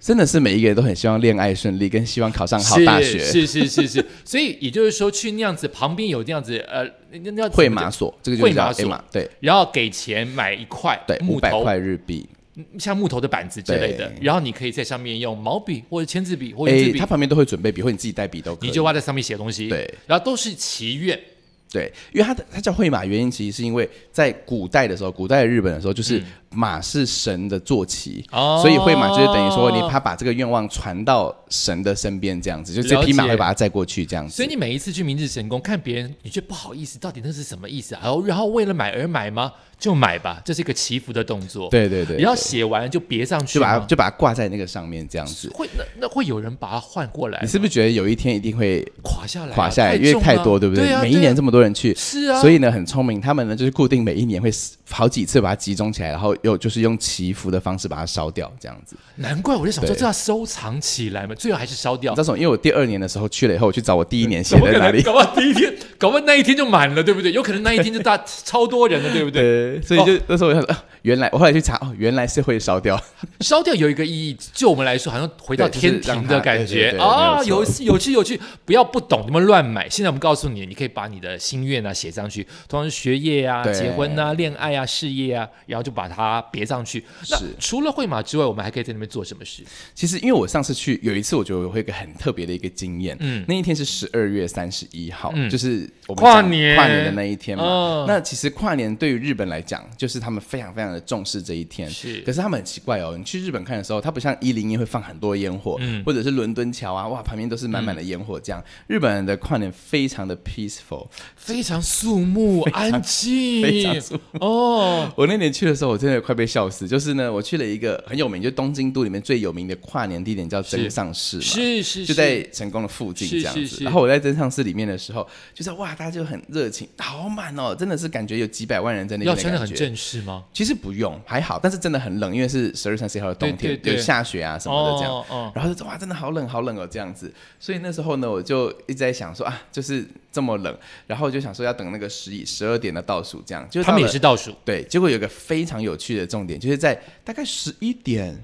[SPEAKER 3] 真的是每一个人都很希望恋爱顺利，跟希望考上好大学。
[SPEAKER 2] 是是是是是，所以也就是说去那样子旁边有那样子呃那那
[SPEAKER 3] 会马，所，这个就
[SPEAKER 2] 会
[SPEAKER 3] 叫
[SPEAKER 2] 马
[SPEAKER 3] A
[SPEAKER 2] 所
[SPEAKER 3] 马，对
[SPEAKER 2] 然后给钱买一块
[SPEAKER 3] 对，五
[SPEAKER 2] 木
[SPEAKER 3] 百
[SPEAKER 2] 头，
[SPEAKER 3] 块日币。
[SPEAKER 2] 像木头的板子之类的
[SPEAKER 3] 对，
[SPEAKER 2] 然后你可以在上面用毛笔或者签字笔或者
[SPEAKER 3] 哎，
[SPEAKER 2] 字笔
[SPEAKER 3] 他，旁边都会准备笔，或者你自己带笔都可以。
[SPEAKER 2] 你就挖在上面写东西，
[SPEAKER 3] 对，
[SPEAKER 2] 然后都是祈愿，
[SPEAKER 3] 对，因为它的它叫会马，原因其实是因为在古代的时候，古代的日本的时候，就是马是神的坐骑，
[SPEAKER 2] 嗯哦
[SPEAKER 3] 所以会马就是等于说你他把这个愿望传到神的身边，这样子，就这匹马
[SPEAKER 2] 了解
[SPEAKER 3] 会把它载过去，这样子。
[SPEAKER 2] 所以你每一次去明治神宫看别人，你就不好意思，到底那是什么意思啊？然后然后为了买而买吗？就买吧，这是一个祈福的动作，
[SPEAKER 3] 对对对，
[SPEAKER 2] 然后
[SPEAKER 3] 对
[SPEAKER 2] 写完就别上去
[SPEAKER 3] 就把
[SPEAKER 2] 吗，
[SPEAKER 3] 它就把它挂在那个上面，这样子。
[SPEAKER 2] 会那那会有人把它换过来吗
[SPEAKER 3] 你是不是觉得有一天一定会
[SPEAKER 2] 垮下来啊？
[SPEAKER 3] 嗯垮下来？因为
[SPEAKER 2] 重
[SPEAKER 3] 太
[SPEAKER 2] 了
[SPEAKER 3] 多，对不
[SPEAKER 2] 对？啊、
[SPEAKER 3] 每一年这
[SPEAKER 2] 么
[SPEAKER 3] 么多人去，
[SPEAKER 2] 是啊，
[SPEAKER 3] 所以呢，很聪明，他们呢就是固定每一年会好几次把它集中起来，然后又就是用祈福的方式把它烧掉，这样子。
[SPEAKER 2] 难怪我就想说
[SPEAKER 3] 对
[SPEAKER 2] 这要收藏起来嘛，最后还是烧掉
[SPEAKER 3] 你知。道什么？因为我第二年的时候去了以后，我去找我第一年写
[SPEAKER 2] 怎么
[SPEAKER 3] 在
[SPEAKER 2] 可
[SPEAKER 3] 哪
[SPEAKER 2] 能？，
[SPEAKER 3] 里
[SPEAKER 2] 搞不好第一天，搞不好那一天就满了，对不对？有可能那一天就大 超多人了，对不对？
[SPEAKER 3] 对，所以就、那时候我想说，啊原来我后来去查，哦，原来是会烧掉，
[SPEAKER 2] 烧掉有一个意义，就我们来说，好像回到
[SPEAKER 3] 对就是
[SPEAKER 2] 天庭
[SPEAKER 3] 让
[SPEAKER 2] 的
[SPEAKER 3] 它
[SPEAKER 2] 感
[SPEAKER 3] 对对
[SPEAKER 2] 觉
[SPEAKER 3] 对
[SPEAKER 2] 啊，
[SPEAKER 3] 没有
[SPEAKER 2] 有
[SPEAKER 3] 错
[SPEAKER 2] 趣有趣有趣，不要不懂你们乱买。现在我们告诉你，你可以把你的心愿啊写上去，通常是学业啊、
[SPEAKER 3] 对
[SPEAKER 2] 结婚啊、恋爱啊、事业啊，然后就把它别上去。那
[SPEAKER 3] 是
[SPEAKER 2] 除了会马之外，我们还可以在那边做什么 事？
[SPEAKER 3] 其实因为我上次去有一次，我觉得我会有一个很特别的一个经验。嗯，那一天是十二月三十一号，就是我
[SPEAKER 2] 嗯
[SPEAKER 3] 们
[SPEAKER 2] 跨
[SPEAKER 3] 讲
[SPEAKER 2] 年
[SPEAKER 3] 跨年的那一天嘛。
[SPEAKER 2] 嗯
[SPEAKER 3] 那其实跨年对于日本来讲，就是他们非常非常的重视这一天。
[SPEAKER 2] 是
[SPEAKER 3] 可是他们很奇怪哦，你去日本看的时候，它不像一零一会放很多烟火，
[SPEAKER 2] 嗯
[SPEAKER 3] 或者是伦敦桥啊，哇，旁边都是满满的烟火这样。日本人的跨年非常的 peaceful，
[SPEAKER 2] 非常肃穆、安静，
[SPEAKER 3] 非常肃
[SPEAKER 2] 哦，
[SPEAKER 3] 我那年去的时候，我真的快被笑死。就是呢，我去了一个很有名，就东京都里面最有名的跨年地点叫真上市嘛，
[SPEAKER 2] 是是
[SPEAKER 3] 就在成功的附近
[SPEAKER 2] 是
[SPEAKER 3] 这样
[SPEAKER 2] 是是
[SPEAKER 3] 子。然后我在真上市里面的时候，就是哇，大家就很热情，好满哦，真的是感觉有几百万人在那
[SPEAKER 2] 嗯要
[SPEAKER 3] 边的
[SPEAKER 2] 穿的
[SPEAKER 3] 感
[SPEAKER 2] 很
[SPEAKER 3] 觉。
[SPEAKER 2] 正式吗？
[SPEAKER 3] 其实不用，还好，但是真的很冷，因为是十二三十一号的冬
[SPEAKER 2] 对
[SPEAKER 3] 天，
[SPEAKER 2] 对对
[SPEAKER 3] 有下雪啊什么的这样。
[SPEAKER 2] 哦哦
[SPEAKER 3] 然后就哇，真的好冷好冷哦，这样子。所以那时候呢，我就一直在想说啊，就是这么冷，然后就想说要等那个十一十二点的倒数，这样。就
[SPEAKER 2] 他们
[SPEAKER 3] 到
[SPEAKER 2] 也
[SPEAKER 3] 了
[SPEAKER 2] 是倒数，
[SPEAKER 3] 对，结果有一个非常有趣的重点，就是在大概十一点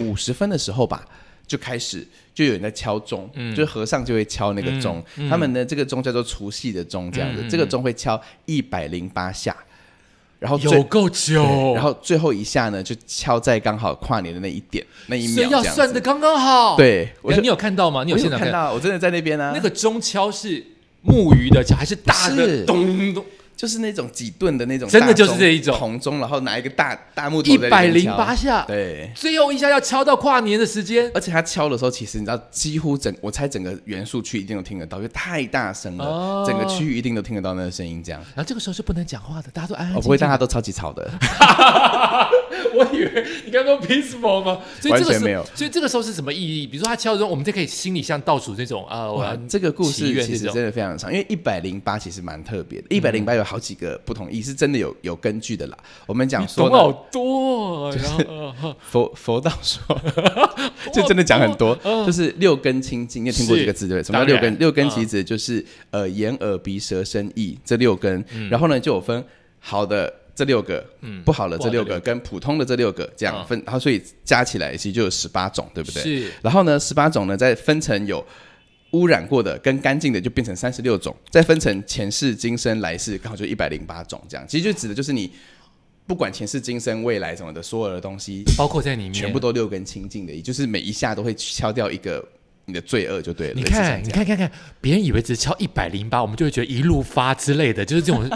[SPEAKER 3] 五十分的时候吧，就开始就有人在敲钟，
[SPEAKER 2] 嗯
[SPEAKER 3] 就是和尚就会敲那个钟，他们的这个钟叫做除夕的钟，这样
[SPEAKER 2] 嗯
[SPEAKER 3] 子，这个钟会敲一百零八下，然后最
[SPEAKER 2] 有够久，
[SPEAKER 3] 然后最后一下呢，就敲在刚好跨年的那一点那一
[SPEAKER 2] 所
[SPEAKER 3] 秒，
[SPEAKER 2] 以要
[SPEAKER 3] 这样
[SPEAKER 2] 算的
[SPEAKER 3] 子。
[SPEAKER 2] 刚刚好。，哎
[SPEAKER 3] 对，我
[SPEAKER 2] 你
[SPEAKER 3] 就
[SPEAKER 2] 你有看到吗？你有
[SPEAKER 3] 我
[SPEAKER 2] 现
[SPEAKER 3] 有
[SPEAKER 2] 场
[SPEAKER 3] 看到，我真的在那边啊，
[SPEAKER 2] 那个钟敲是木鱼的敲还是大
[SPEAKER 3] 不
[SPEAKER 2] 的
[SPEAKER 3] 是
[SPEAKER 2] 咚咚？
[SPEAKER 3] 就是那种几吨的那种大
[SPEAKER 2] 真
[SPEAKER 3] 钟，
[SPEAKER 2] 的就是这一种
[SPEAKER 3] 红钟，然后拿一个大大木头在那边敲
[SPEAKER 2] 108下
[SPEAKER 3] 对。
[SPEAKER 2] 最后一下要敲到跨年的时间，
[SPEAKER 3] 而且他敲的时候，其实你知道，几乎整我猜整个元素区一定都听得到，因为太大声了，
[SPEAKER 2] 哦
[SPEAKER 3] 整个区域一定都听得到那个声音。这样，
[SPEAKER 2] 然后啊这个时候是不能讲话的，大家都安安
[SPEAKER 3] 哦，
[SPEAKER 2] 静
[SPEAKER 3] 不
[SPEAKER 2] 静
[SPEAKER 3] 会，大家都超级吵的。
[SPEAKER 2] 我以为你刚刚说 peaceful 吗？所以这个
[SPEAKER 3] 完
[SPEAKER 2] 时
[SPEAKER 3] 全没有
[SPEAKER 2] 所以这个时候是什么意义？比如说他敲钟，我们就可以心里像倒数这种啊，我
[SPEAKER 3] 哇
[SPEAKER 2] 要，
[SPEAKER 3] 这个故
[SPEAKER 2] 祈
[SPEAKER 3] 事
[SPEAKER 2] 愿
[SPEAKER 3] 其
[SPEAKER 2] 这
[SPEAKER 3] 实
[SPEAKER 2] 种嗯
[SPEAKER 3] 真的非常长，因为一百零八其实蛮特别的，一百零八有好几个不同意，是真的有有根据的啦。我们讲说
[SPEAKER 2] 懂
[SPEAKER 3] 呢
[SPEAKER 2] 好多哦，然后呃
[SPEAKER 3] 佛佛道说， 就真的讲很多，就是六根清净，你也听过
[SPEAKER 2] 是
[SPEAKER 3] 这个字对不对？什么叫
[SPEAKER 2] 嗯当
[SPEAKER 3] 六
[SPEAKER 2] 然嗯
[SPEAKER 3] 根？六根其实指的就是、呃眼耳鼻舌身意这六根，
[SPEAKER 2] 嗯
[SPEAKER 3] 然后呢就有分好的这六个，不好的
[SPEAKER 2] 不好的嗯
[SPEAKER 3] 这六个跟普通的这六个这样分，然后所以加起来其实就有十八种，对 不对？
[SPEAKER 2] 是
[SPEAKER 3] 然后呢，十八种呢再分成有。污染过的跟干净的就变成三十六种，再分成前世、今生、来世，刚好就一百零八种这样。其实就指的就是你不管前世、今生、未来什么的，所有的东西
[SPEAKER 2] 包括在里面，
[SPEAKER 3] 全部都六根清净的，也就是每一下都会敲掉一个你的罪恶，就对了。
[SPEAKER 2] 你
[SPEAKER 3] 类似像
[SPEAKER 2] 看，
[SPEAKER 3] 这
[SPEAKER 2] 你
[SPEAKER 3] 样，
[SPEAKER 2] 看，看看，别人以为只敲一百零八，我们就会觉得一路发之类的，就是这 种。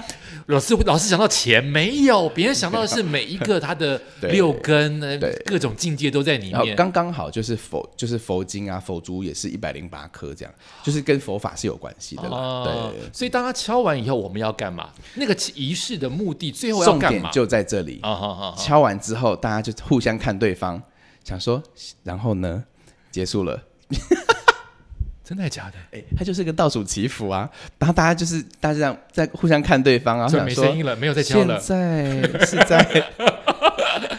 [SPEAKER 2] 老师老师想到钱没有，别人想到的是每一个他的
[SPEAKER 3] 对
[SPEAKER 2] 六根，呃
[SPEAKER 3] 对
[SPEAKER 2] 各种境界都在里
[SPEAKER 3] 然后
[SPEAKER 2] 面。
[SPEAKER 3] 刚刚好就是佛，就是佛经啊，佛珠也是一百零八颗这样，就是跟佛法是有关系的啦。
[SPEAKER 2] 哦
[SPEAKER 3] 对，，
[SPEAKER 2] 所以当他敲完以后，我们要干嘛？那个仪式的目的最后要
[SPEAKER 3] 重
[SPEAKER 2] 干
[SPEAKER 3] 点
[SPEAKER 2] 嘛？
[SPEAKER 3] 就在这里。
[SPEAKER 2] 啊哈哈哈，
[SPEAKER 3] 敲完之后，大家就互相看对方，想说，然后呢，结束了。
[SPEAKER 2] 真的假的？
[SPEAKER 3] 哎，它就是个倒数祈福啊，然后大家就是大家这样在互相看对方啊，
[SPEAKER 2] 所以
[SPEAKER 3] 想
[SPEAKER 2] 没
[SPEAKER 3] 说
[SPEAKER 2] 声音了，没有再敲
[SPEAKER 3] 现
[SPEAKER 2] 了。
[SPEAKER 3] 在是在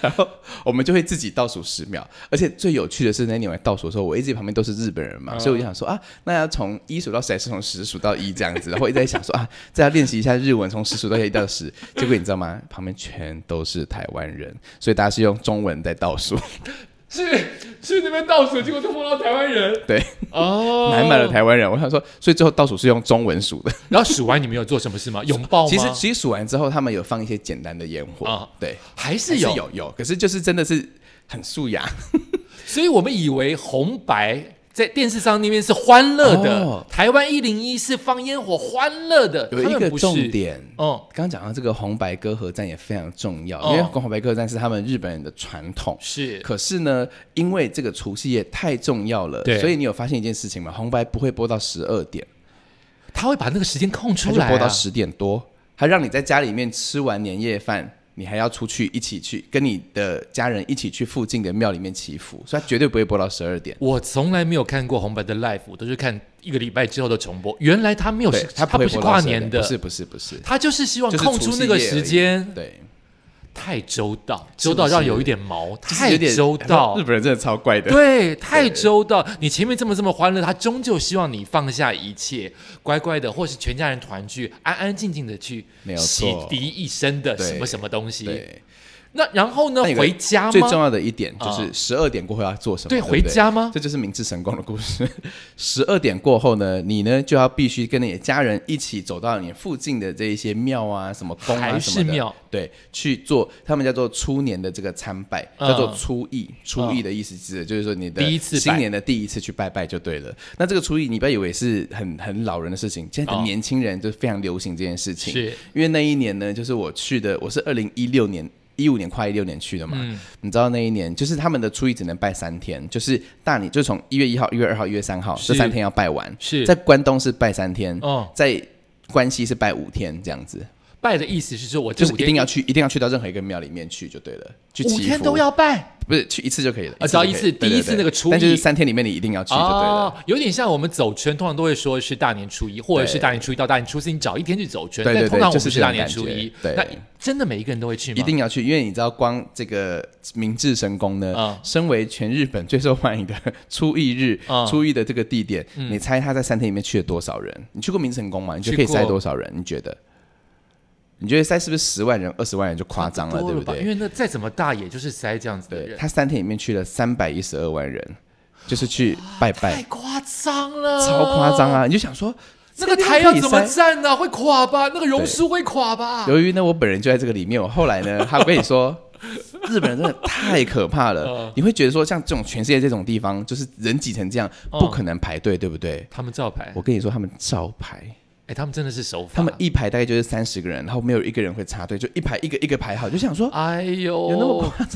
[SPEAKER 3] 然后我们就会自己倒数十秒，而且最有趣的是那年我倒数的时候，我一直旁边都是日本人
[SPEAKER 2] 哦
[SPEAKER 3] 嘛，所以我就想说啊，那要从一数到十，还是从十数到一这样子？然后我一直在想说啊，再要练习一下日文，从十数到一到十。结果你知道吗？旁边全都是台湾人，所以大家是用中文在倒 数，
[SPEAKER 2] 是去那边倒数，结果就碰到台湾 人
[SPEAKER 3] 对，
[SPEAKER 2] 哦，
[SPEAKER 3] 满满的。台湾人。我想说，所以最后倒数是用中文数的。
[SPEAKER 2] 然后数完你们有做什么事吗？拥抱吗？
[SPEAKER 3] 其实其实数完之后，他们有放一些简单的烟火，
[SPEAKER 2] 啊
[SPEAKER 3] 对，
[SPEAKER 2] 还
[SPEAKER 3] 还
[SPEAKER 2] 是
[SPEAKER 3] 是
[SPEAKER 2] 有，
[SPEAKER 3] 有有，可是就是真的是很素雅。
[SPEAKER 2] 所以我们以为红白。在电视上那边是欢乐的，
[SPEAKER 3] 哦
[SPEAKER 2] 台湾一零一是放烟火欢乐的，
[SPEAKER 3] 有
[SPEAKER 2] 他
[SPEAKER 3] 一
[SPEAKER 2] 们
[SPEAKER 3] 个
[SPEAKER 2] 不是
[SPEAKER 3] 重，点，
[SPEAKER 2] 嗯，
[SPEAKER 3] 刚刚讲到这个红白歌合战也非常重要，
[SPEAKER 2] 哦
[SPEAKER 3] 因为红白歌合战是他们日本人的传统。
[SPEAKER 2] 是
[SPEAKER 3] 可是呢，因为这个除夕夜太重要了
[SPEAKER 2] 对，
[SPEAKER 3] 所以你有发现一件事情吗？红白不会播到十二点，
[SPEAKER 2] 他会把那个时间空
[SPEAKER 3] 它
[SPEAKER 2] 出
[SPEAKER 3] 就
[SPEAKER 2] 来、啊，
[SPEAKER 3] 播到十点多，它让你在家里面吃完年夜饭，你还要出去一起去跟你的家人一起去附近的庙里面祈福，所以它绝对不会播到十二点。
[SPEAKER 2] 我从来没有看过红白的 live，我都是看一个礼拜之后的重播。原来他没有
[SPEAKER 3] 对
[SPEAKER 2] 是，，
[SPEAKER 3] 它不
[SPEAKER 2] 不
[SPEAKER 3] 会
[SPEAKER 2] 是
[SPEAKER 3] 播
[SPEAKER 2] 跨
[SPEAKER 3] 到12
[SPEAKER 2] 年
[SPEAKER 3] 点
[SPEAKER 2] 的，
[SPEAKER 3] 不是不是不是，
[SPEAKER 2] 他就是希望
[SPEAKER 3] 就是
[SPEAKER 2] 空
[SPEAKER 3] 除
[SPEAKER 2] 出
[SPEAKER 3] 夕
[SPEAKER 2] 那个
[SPEAKER 3] 夜而
[SPEAKER 2] 时
[SPEAKER 3] 已
[SPEAKER 2] 间，
[SPEAKER 3] 对。
[SPEAKER 2] 太周到，
[SPEAKER 3] 是
[SPEAKER 2] 周
[SPEAKER 3] 不
[SPEAKER 2] 到让
[SPEAKER 3] 是
[SPEAKER 2] 有一点毛，
[SPEAKER 3] 就是
[SPEAKER 2] 太
[SPEAKER 3] 有点
[SPEAKER 2] 周到
[SPEAKER 3] 日。本人真的超怪的。
[SPEAKER 2] 对，太周到。你前面这么这么欢乐，他终究希望你放下一切，乖乖的，或是全家人团聚，安安静静的去
[SPEAKER 3] 没有
[SPEAKER 2] 洗
[SPEAKER 3] 错
[SPEAKER 2] 涤一身的
[SPEAKER 3] 对
[SPEAKER 2] 什么什么东西。
[SPEAKER 3] 对，
[SPEAKER 2] 那然后呢
[SPEAKER 3] 那有？个
[SPEAKER 2] 回家
[SPEAKER 3] 最重
[SPEAKER 2] 吗？啊
[SPEAKER 3] 要的一点就是十二点过后要做什么？
[SPEAKER 2] 对，
[SPEAKER 3] 对，
[SPEAKER 2] 回。家吗？
[SPEAKER 3] 这就是明治神宫的故事。 十二点过后呢，你呢就要必须跟你的家人一起走到你附近的这一些庙啊、什么宫
[SPEAKER 2] 还
[SPEAKER 3] 啊、
[SPEAKER 2] 是
[SPEAKER 3] 什么的，
[SPEAKER 2] 庙
[SPEAKER 3] 对，去做他们叫做初年的这个参拜，
[SPEAKER 2] 嗯
[SPEAKER 3] 叫做初诣。初诣的意思指的就是说你的
[SPEAKER 2] 第一次拜
[SPEAKER 3] 新年的第一次去拜拜就对了。那这个初诣，你不要以为是很很老人的事情，现在
[SPEAKER 2] 哦
[SPEAKER 3] 的年轻人就非常流行这件事情。
[SPEAKER 2] 是
[SPEAKER 3] 因为那一年呢，就是我去的，我是二零一六年。一五年快一六年去的嘛，
[SPEAKER 2] 嗯
[SPEAKER 3] 你知道那一年就是他们的初一只能拜三天，就是大年就从一月一号、一月二号、一月三号
[SPEAKER 2] 是
[SPEAKER 3] 这三天要拜完。
[SPEAKER 2] 是
[SPEAKER 3] 在关东是拜三天，
[SPEAKER 2] 哦
[SPEAKER 3] 在关西是拜五天这样子，
[SPEAKER 2] 拜的意思是说，我这
[SPEAKER 3] 就是
[SPEAKER 2] 五
[SPEAKER 3] 一定
[SPEAKER 2] 天
[SPEAKER 3] 要去，一定要去到任何一个庙里面去就对了，去
[SPEAKER 2] 五
[SPEAKER 3] 祈
[SPEAKER 2] 天
[SPEAKER 3] 福
[SPEAKER 2] 都要拜。
[SPEAKER 3] 不是去一次就可以了，
[SPEAKER 2] 啊
[SPEAKER 3] 次就可
[SPEAKER 2] 只
[SPEAKER 3] 以
[SPEAKER 2] 要一次
[SPEAKER 3] 对
[SPEAKER 2] 第一
[SPEAKER 3] 对
[SPEAKER 2] 次
[SPEAKER 3] 对
[SPEAKER 2] 那个初一
[SPEAKER 3] 但就是三天里面你一定要去就对了。
[SPEAKER 2] 哦，有点像我们走圈，通常都会说是大年初一，或者
[SPEAKER 3] 对
[SPEAKER 2] 是大年初一到大年初四，你找一天去走圈。
[SPEAKER 3] 对对
[SPEAKER 2] 但
[SPEAKER 3] 对
[SPEAKER 2] 通常我
[SPEAKER 3] 就
[SPEAKER 2] 们
[SPEAKER 3] 是
[SPEAKER 2] 是
[SPEAKER 3] 这种
[SPEAKER 2] 大年初一，
[SPEAKER 3] 感觉对
[SPEAKER 2] 那真的每一个人都会去吗？
[SPEAKER 3] 一定要去，因为你知道，光这个明治神宫呢，
[SPEAKER 2] 嗯
[SPEAKER 3] 身为全日本最受欢迎的初一日、
[SPEAKER 2] 嗯
[SPEAKER 3] 初一的这个地点，你猜他在三天里面去了多少人？你去过明治神宫吗？你觉得可以
[SPEAKER 2] 去过
[SPEAKER 3] 塞多少人？你觉得？你觉得塞是不是十万人、二十万人就夸张了，
[SPEAKER 2] 多
[SPEAKER 3] 对不
[SPEAKER 2] 吧
[SPEAKER 3] 对
[SPEAKER 2] 因？为那再怎么大，也就是塞这样子的
[SPEAKER 3] 对，
[SPEAKER 2] 人，
[SPEAKER 3] 他三天里面去了三百一十二万人，就是去拜
[SPEAKER 2] 太
[SPEAKER 3] 拜，
[SPEAKER 2] 夸张了，
[SPEAKER 3] 超夸张！啊！你就想说，
[SPEAKER 2] 那个台要怎么
[SPEAKER 3] 塞？
[SPEAKER 2] 站呢、会垮吧？那个榕树会垮吧？
[SPEAKER 3] 由于呢，我本人就在这个里面，我后来呢，他我跟你说，日本人真的太可怕了。你会觉得说，像这种全世界这种地方，就是人挤成这样，不可能排队，对不对？
[SPEAKER 2] 他们照牌，
[SPEAKER 3] 我跟你说，他们照排，
[SPEAKER 2] 哎、他们真的是手法。
[SPEAKER 3] 他们一排大概就是三十个人，然后没有一个人会插队，就一排一个一个排好，就想说，
[SPEAKER 2] 哎呦，
[SPEAKER 3] 有那么夸张？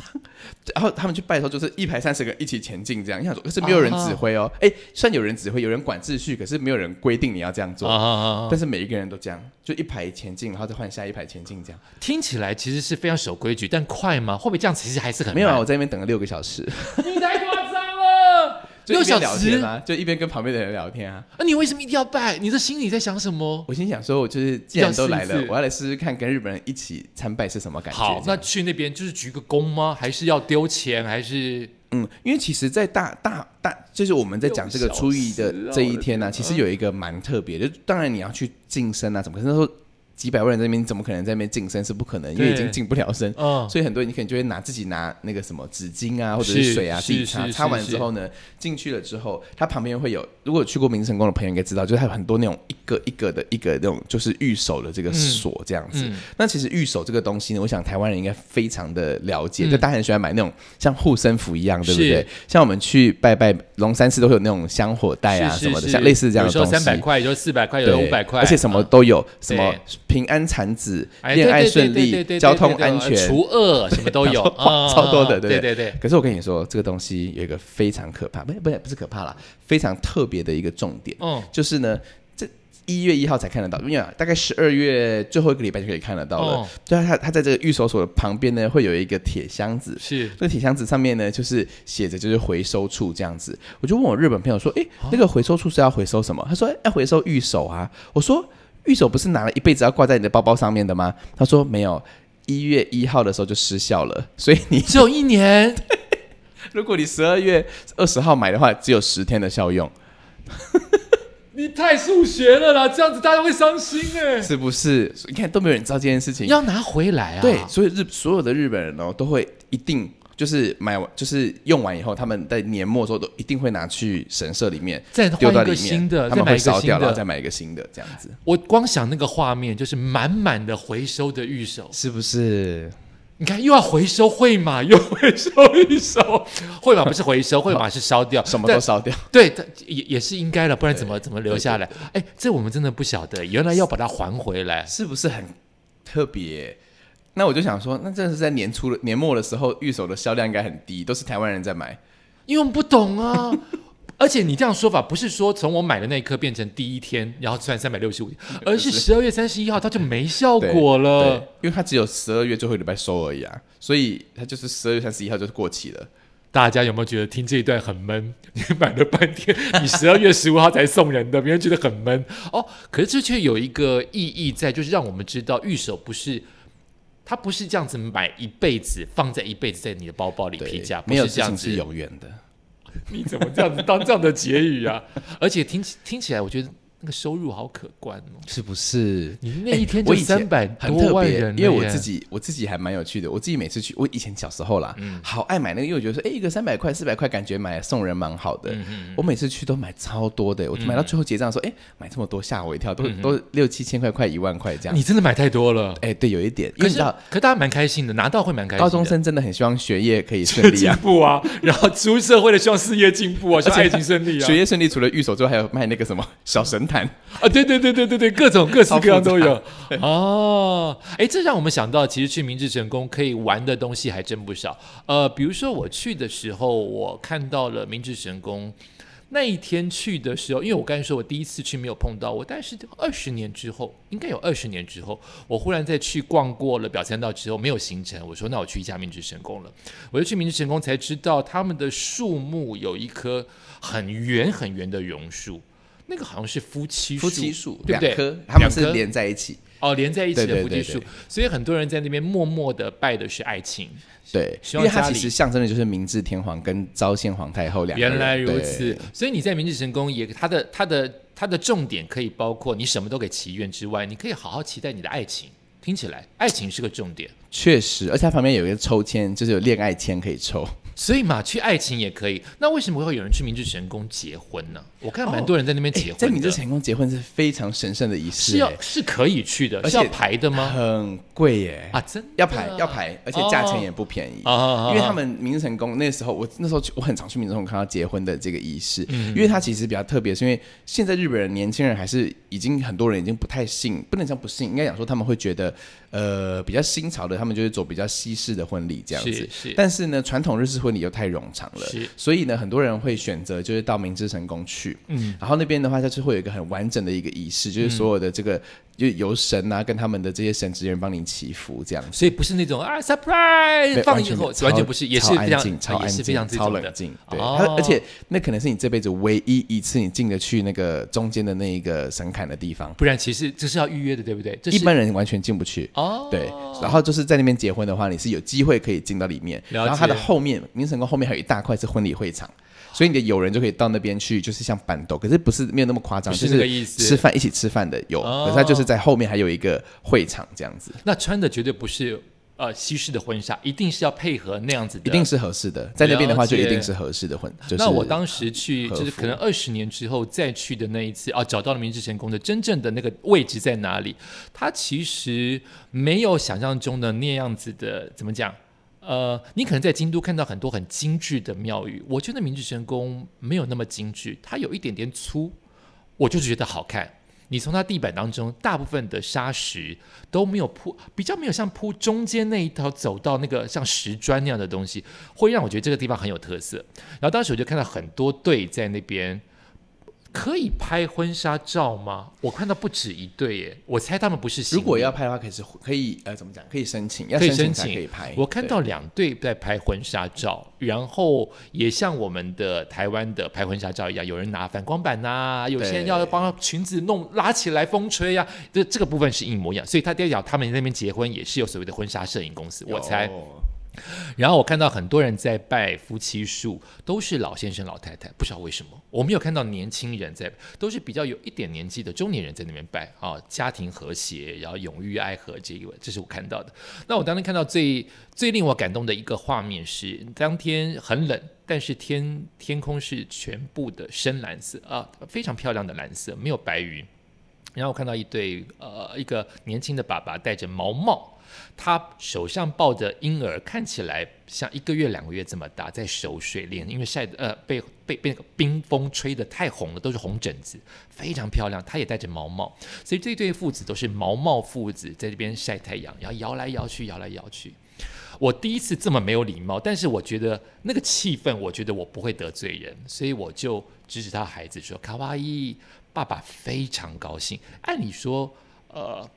[SPEAKER 3] 然后他们去拜的时候，就是一排三十个人一起前进，这样。你想说，可是没有人指挥哦。哎、虽然有人指挥，有人管秩序，可是没有人规定你要这样做。
[SPEAKER 2] 啊啊啊啊
[SPEAKER 3] 但是每一个人都这样，就一排前进，然后再换下一排前进，这样。
[SPEAKER 2] 听起来其实是非常守规矩，但快吗？会不会这样？其实还是很
[SPEAKER 3] 没有
[SPEAKER 2] 慢
[SPEAKER 3] 啊，我在那边等了六个小时。
[SPEAKER 2] 你太夸张了，
[SPEAKER 3] 就
[SPEAKER 2] 六
[SPEAKER 3] 一边
[SPEAKER 2] 小
[SPEAKER 3] 聊
[SPEAKER 2] 时
[SPEAKER 3] 天啊，就一边跟旁边的人聊天啊。
[SPEAKER 2] 啊，你为什么一定要拜？你的心里在想什么？
[SPEAKER 3] 我心想说，我就是既然都来
[SPEAKER 2] 要
[SPEAKER 3] 了
[SPEAKER 2] 试一，次
[SPEAKER 3] 我要来试试看跟日本人一起参拜是什么感觉。
[SPEAKER 2] 好，
[SPEAKER 3] 这
[SPEAKER 2] 那
[SPEAKER 3] 样
[SPEAKER 2] 去那边就是鞠个躬吗？还是要丢钱？还是
[SPEAKER 3] 嗯，因为其实，在大大大，就是我们在讲这个
[SPEAKER 2] 六小时
[SPEAKER 3] 初一的
[SPEAKER 2] 啊
[SPEAKER 3] 这
[SPEAKER 2] 我
[SPEAKER 3] 一
[SPEAKER 2] 的
[SPEAKER 3] 天呢、其实有一个蛮特别的，就当然你要去晋升啊，怎么可是那时候几百万人在那边，你怎么可能在那边晋升是不可能，因为已
[SPEAKER 2] 对
[SPEAKER 3] 经晋不了升。
[SPEAKER 2] 嗯，
[SPEAKER 3] 所以很多人你可能就会拿自己拿那个什么纸巾啊，或者
[SPEAKER 2] 是
[SPEAKER 3] 是水啊，
[SPEAKER 2] 是
[SPEAKER 3] 自己擦。
[SPEAKER 2] 是
[SPEAKER 3] 擦完
[SPEAKER 2] 是
[SPEAKER 3] 之后呢，进去了之后，它旁边会有，如果有去过明成宫的朋友应该知道，就是它有很多那种一个一个的一个那种就是玉手的这个锁这样子。
[SPEAKER 2] 嗯
[SPEAKER 3] 那其实玉手这个东西呢，我想台湾人应该非常的了解，
[SPEAKER 2] 嗯
[SPEAKER 3] 就大家很喜欢买那种像护身符一样，对不
[SPEAKER 2] 是
[SPEAKER 3] 对？像我们去拜拜龙山寺都会有那种香火袋啊
[SPEAKER 2] 是是
[SPEAKER 3] 什么的，
[SPEAKER 2] 是
[SPEAKER 3] 像类似这
[SPEAKER 2] 有
[SPEAKER 3] 样的
[SPEAKER 2] 时候
[SPEAKER 3] 东西。
[SPEAKER 2] 三百块，有时候四百块，有时候
[SPEAKER 3] 对
[SPEAKER 2] 五百块，
[SPEAKER 3] 而且什么
[SPEAKER 2] 啊
[SPEAKER 3] 都有，什么
[SPEAKER 2] 对
[SPEAKER 3] 平安产子、
[SPEAKER 2] 哎
[SPEAKER 3] 恋爱
[SPEAKER 2] 对对对
[SPEAKER 3] 顺
[SPEAKER 2] 对对
[SPEAKER 3] 利、
[SPEAKER 2] 对
[SPEAKER 3] 交
[SPEAKER 2] 对
[SPEAKER 3] 通
[SPEAKER 2] 对
[SPEAKER 3] 安
[SPEAKER 2] 呃
[SPEAKER 3] 全、
[SPEAKER 2] 除恶什么都有，嗯
[SPEAKER 3] 哇 超多的，
[SPEAKER 2] 嗯对
[SPEAKER 3] 对
[SPEAKER 2] 对对。
[SPEAKER 3] 可是我跟你说，这个东西有一个非常可怕，不不不是可怕啦，非常特别的一个重点，
[SPEAKER 2] 嗯，
[SPEAKER 3] 就是呢，这一月一号才看得到，因为啊大概十二月最后一个礼拜就可以看得到
[SPEAKER 2] 哦
[SPEAKER 3] 了。对啊，它它在这个预守所的旁边呢，会有一个铁箱子。
[SPEAKER 2] 是
[SPEAKER 3] 这个铁箱子上面呢，就是写着就是回收处这样子。我就问我日本朋友说，诶，那个回收处是要回收什么？他说要回收玉手啊。我说玉手不是拿了一辈子要挂在你的包包上面的吗？他说没有，一月一号的时候就失效了，所以你
[SPEAKER 2] 只有一年，
[SPEAKER 3] 如果你十二月二十号买的话，只有十天的效用，
[SPEAKER 2] 你太数学了啦，这样子大家会伤心哎、
[SPEAKER 3] 是不是？所以你看都没有人知道这件事情，
[SPEAKER 2] 要拿回来啊！
[SPEAKER 3] 对，所以日所有的日本人哦，都会一定就是买完，就是用完以后，他们在年末的时候都一定会拿去神社里面
[SPEAKER 2] 再
[SPEAKER 3] 丢
[SPEAKER 2] 换
[SPEAKER 3] 到
[SPEAKER 2] 一
[SPEAKER 3] 里
[SPEAKER 2] 个
[SPEAKER 3] 面，
[SPEAKER 2] 新的，
[SPEAKER 3] 他
[SPEAKER 2] 再
[SPEAKER 3] 们
[SPEAKER 2] 买
[SPEAKER 3] 会
[SPEAKER 2] 一个
[SPEAKER 3] 烧
[SPEAKER 2] 新
[SPEAKER 3] 掉，然后再
[SPEAKER 2] 的。
[SPEAKER 3] 买一个新的，这样子
[SPEAKER 2] 我光想那个画面，就是满满的回收的玉手。
[SPEAKER 3] 是不是？
[SPEAKER 2] 你看，又要回收会马，又回收玉手， 会马不是回收，会马是烧掉，
[SPEAKER 3] 什么
[SPEAKER 2] 但
[SPEAKER 3] 都烧掉，
[SPEAKER 2] 对，但也也是应该了，不然怎么怎么留下来？哎，这我们真的不晓得，原来要把它还回来。
[SPEAKER 3] 是不是很特别？那我就想说，那真的是在年初的年末的时候，玉手的销量应该很低，都是台湾人在买。
[SPEAKER 2] 因为我们不懂啊。 而且你这样说法不是说从我买的那一刻变成第一天，然后算三百六十五 天，而是十二月三十一号它就没效
[SPEAKER 3] 对
[SPEAKER 2] 果
[SPEAKER 3] 对
[SPEAKER 2] 了。，
[SPEAKER 3] 因为它只有十二月最后一个礼拜收而已啊，所以它就是十二月三十一号就是过期了。
[SPEAKER 2] 大家有没有觉得听这一段很闷？ 你买了半天，你十二月十五号才送人的，别人觉得很闷哦。可是这却有一个意义在，就是让我们知道玉手不是。它不是这样子买一辈子，放在一辈子在你的包包里
[SPEAKER 3] 对
[SPEAKER 2] 皮夹，不
[SPEAKER 3] 没有
[SPEAKER 2] 是
[SPEAKER 3] 事
[SPEAKER 2] 这样
[SPEAKER 3] 情
[SPEAKER 2] 子
[SPEAKER 3] 是永远的。
[SPEAKER 2] 你怎么这样子当这样的结语啊？ 而且听起听起来，我觉得那个收入好可观哦。哎
[SPEAKER 3] 是不是？
[SPEAKER 2] 你那一天
[SPEAKER 3] 我
[SPEAKER 2] 就
[SPEAKER 3] 以前
[SPEAKER 2] 三百
[SPEAKER 3] 很
[SPEAKER 2] 多
[SPEAKER 3] 特
[SPEAKER 2] 万
[SPEAKER 3] 别
[SPEAKER 2] 人，
[SPEAKER 3] 因为我自
[SPEAKER 2] 己
[SPEAKER 3] 己我自己还蛮有趣的。我自己每次去，我以前小时候啦，
[SPEAKER 2] 嗯
[SPEAKER 3] 好爱买那个，因为我觉得说，哎、一个三百块、四百块，感觉买送人蛮好
[SPEAKER 2] 嗯
[SPEAKER 3] 的。我每次去都买超多的，我买到最后结账说，哎、买这么多吓我一跳，都、都六七千块、快一万块这
[SPEAKER 2] 嗯
[SPEAKER 3] 样
[SPEAKER 2] 你。真的买太多了。
[SPEAKER 3] 哎、对，有一点，因
[SPEAKER 2] 可
[SPEAKER 3] 为你
[SPEAKER 2] 是
[SPEAKER 3] 知道，
[SPEAKER 2] 可大家蛮开心的，拿到会蛮开心的。
[SPEAKER 3] 高中生真的很希望学业可以顺
[SPEAKER 2] 是
[SPEAKER 3] 利
[SPEAKER 2] 进
[SPEAKER 3] 啊。
[SPEAKER 2] 步啊，然后出社会的希望事业进步啊，希望爱情顺 利啊
[SPEAKER 3] 学。业顺利，除了玉手之外，还有卖那个什么 小神坛，
[SPEAKER 2] 啊，对对对对对对，各种各式
[SPEAKER 3] 超
[SPEAKER 2] 各样
[SPEAKER 3] 复
[SPEAKER 2] 都
[SPEAKER 3] 杂
[SPEAKER 2] 有。哦，哎，这让我们想到，其实去明治神宫可以玩的东西还真不少。呃，比如说我去的时候，我看到了明治神宫。那一天去的时候，因为我刚才说我第一次去没有碰到，我但是二十年之后，应该有二十年之后，我忽然在去逛过了表参道之后没有行程，我说那我去一下明治神宫了。我就去明治神宫才知道，他们的树木有一棵很圆很圆的榕树，那个好像是夫妻
[SPEAKER 3] 夫妻树
[SPEAKER 2] 对
[SPEAKER 3] 两
[SPEAKER 2] 不对？
[SPEAKER 3] 棵，他们
[SPEAKER 2] 两
[SPEAKER 3] 是
[SPEAKER 2] 棵
[SPEAKER 3] 连在一起。
[SPEAKER 2] 哦连在一起的
[SPEAKER 3] 对对
[SPEAKER 2] 夫妻
[SPEAKER 3] 对
[SPEAKER 2] 树
[SPEAKER 3] 对，
[SPEAKER 2] 所以很多人在那边默默的拜的是爱情。
[SPEAKER 3] 对，
[SPEAKER 2] 希
[SPEAKER 3] 因
[SPEAKER 2] 望
[SPEAKER 3] 为它
[SPEAKER 2] 家
[SPEAKER 3] 其
[SPEAKER 2] 里
[SPEAKER 3] 实象征的就是明治天皇跟昭宪皇太后两个人。
[SPEAKER 2] 原来如
[SPEAKER 3] 对
[SPEAKER 2] 此，所以你在明治神宫也，它的它的它的重点可以包括你什么都可以祈愿之外，你可以好好期待你的爱情。听起来爱情是个重点，
[SPEAKER 3] 确实，而且它旁边有一个抽签，就是有恋爱签可以抽。
[SPEAKER 2] 所以嘛，去爱情也可以。那为什么会有人去明治神宫结婚呢？我看蛮多人在那边结婚的、
[SPEAKER 3] 哦哎在你这成功结婚是非常神圣的仪式、
[SPEAKER 2] 是要
[SPEAKER 3] 哎
[SPEAKER 2] 是可以去的，
[SPEAKER 3] 而
[SPEAKER 2] 是
[SPEAKER 3] 且
[SPEAKER 2] 要排的吗？
[SPEAKER 3] 很贵耶、
[SPEAKER 2] 啊，真的
[SPEAKER 3] 要排要排，而且价钱也不便宜。
[SPEAKER 2] 哦哦哦哦
[SPEAKER 3] 因为他们明治成功那时候，我那时候去我很常去明治成功看到结婚的这个仪
[SPEAKER 2] 嗯
[SPEAKER 3] 式，因为它其实比较特别，是因为现在日本人年轻人还是已经很多人已经不太信，不能讲不信，应该讲说他们会觉得呃比较新潮的，他们就会走比较西式的婚礼这样子
[SPEAKER 2] 是。是
[SPEAKER 3] 但是呢，传统日式婚礼又太冗长了
[SPEAKER 2] 是，
[SPEAKER 3] 所以呢，很多人会选择就是到明治神宫去，嗯，然后那边的话，它是会有一个很完整的一个仪式，
[SPEAKER 2] 嗯
[SPEAKER 3] 就是所有的这个。就由神啊，跟他们的这些神职人帮你祈福，这样子。
[SPEAKER 2] 所以不是那种啊
[SPEAKER 3] 对
[SPEAKER 2] surprise 放
[SPEAKER 3] 完
[SPEAKER 2] 以
[SPEAKER 3] 全
[SPEAKER 2] 后
[SPEAKER 3] 没有
[SPEAKER 2] 完
[SPEAKER 3] 超
[SPEAKER 2] 全不是，也
[SPEAKER 3] 超
[SPEAKER 2] 是
[SPEAKER 3] 安
[SPEAKER 2] 非常
[SPEAKER 3] 静超
[SPEAKER 2] 啊也
[SPEAKER 3] 安
[SPEAKER 2] 是
[SPEAKER 3] 静
[SPEAKER 2] 非常这
[SPEAKER 3] 超
[SPEAKER 2] 种的
[SPEAKER 3] 冷静，对，
[SPEAKER 2] 哦
[SPEAKER 3] 它而且那可能是你这辈子唯一一次你进得去那个中间的那一个神龛的地方，
[SPEAKER 2] 不然其实这是要预约的，对不对？这是
[SPEAKER 3] 一般人完全进不去。
[SPEAKER 2] 哦，
[SPEAKER 3] 对，然后就是在那边结婚的话，你是有机会可以进到里面。
[SPEAKER 2] 了解
[SPEAKER 3] 然后它的后面，明神宫后面还有一大块是婚礼会场，所以你的友人就可以到那边去，就是像板豆，可是不是没有那么夸张，
[SPEAKER 2] 不是
[SPEAKER 3] 就
[SPEAKER 2] 那个意思
[SPEAKER 3] 吃饭一起吃饭的有，
[SPEAKER 2] 哦
[SPEAKER 3] 可是它就是在后面还有一个会场这样子，
[SPEAKER 2] 那穿的绝对不是呃西式的婚纱，一定是要配合那样子的。
[SPEAKER 3] 一定是合适的，在那边的话
[SPEAKER 2] 了解
[SPEAKER 3] 就一定是合适的婚。就是
[SPEAKER 2] 那我当时去，
[SPEAKER 3] 和
[SPEAKER 2] 就是
[SPEAKER 3] 服
[SPEAKER 2] 可能二十年之后再去的那一次啊，找到了明治神宫的真正的那个位置在哪里？它其实没有想象中的那样子的，怎么讲？呃，你可能在京都看到很多很精致的庙宇，我觉得明治神宫没有那么精致，它有一点点粗，我就是觉得好看。你从它地板当中，大部分的砂石都没有铺，比较没有像铺中间那一条走到那个像石砖那样的东西，会让我觉得这个地方很有特色。然后当时我就看到很多队在那边。可以拍婚纱照吗？我看到不止一对耶，我猜他们不是情侣
[SPEAKER 3] 如果要拍的话，可以是可以呃，怎么讲？可以申请，要
[SPEAKER 2] 可以
[SPEAKER 3] 申
[SPEAKER 2] 申
[SPEAKER 3] 才
[SPEAKER 2] 请，
[SPEAKER 3] 可以拍。
[SPEAKER 2] 我看
[SPEAKER 3] 对
[SPEAKER 2] 到两队在拍婚纱照，然后也像我们的台湾的拍婚纱照一样，有人拿反光板呐、有些人要帮裙子弄拉起来风吹呀、这这个部分是一模一样。所以他代表他们那边结婚也是有所谓的婚纱摄影公司，我猜。
[SPEAKER 3] 有
[SPEAKER 2] 然后我看到很多人在拜夫妻树，都是老先生老太太，不知道为什么，我没有看到年轻人在，都是比较有一点年纪的中年人在那边拜啊，家庭和谐，然后永浴爱河这一位，这是我看到的。那我当天看到最 最令我感动的一个画面是，当天很冷。但是天天空是全部的深蓝色啊，非常漂亮的蓝色，没有白云。然后我看到一对呃，一个年轻的爸爸戴着毛帽，他手上抱着婴儿，看起来像一个月、两个月这么大，在熟睡，脸因为晒得呃被被被那个冰风吹得太红了，都是红疹子，非常漂亮。他也戴着毛帽，所以这对父子都是毛帽父子，在这边晒太阳，然后摇来摇去，摇来摇去。我第一次这么没有礼貌，但是我觉得那个气氛，我觉得我不会得罪人，所以我就指指他孩子说：“卡哇伊。”爸爸非常高兴。按理说，呃，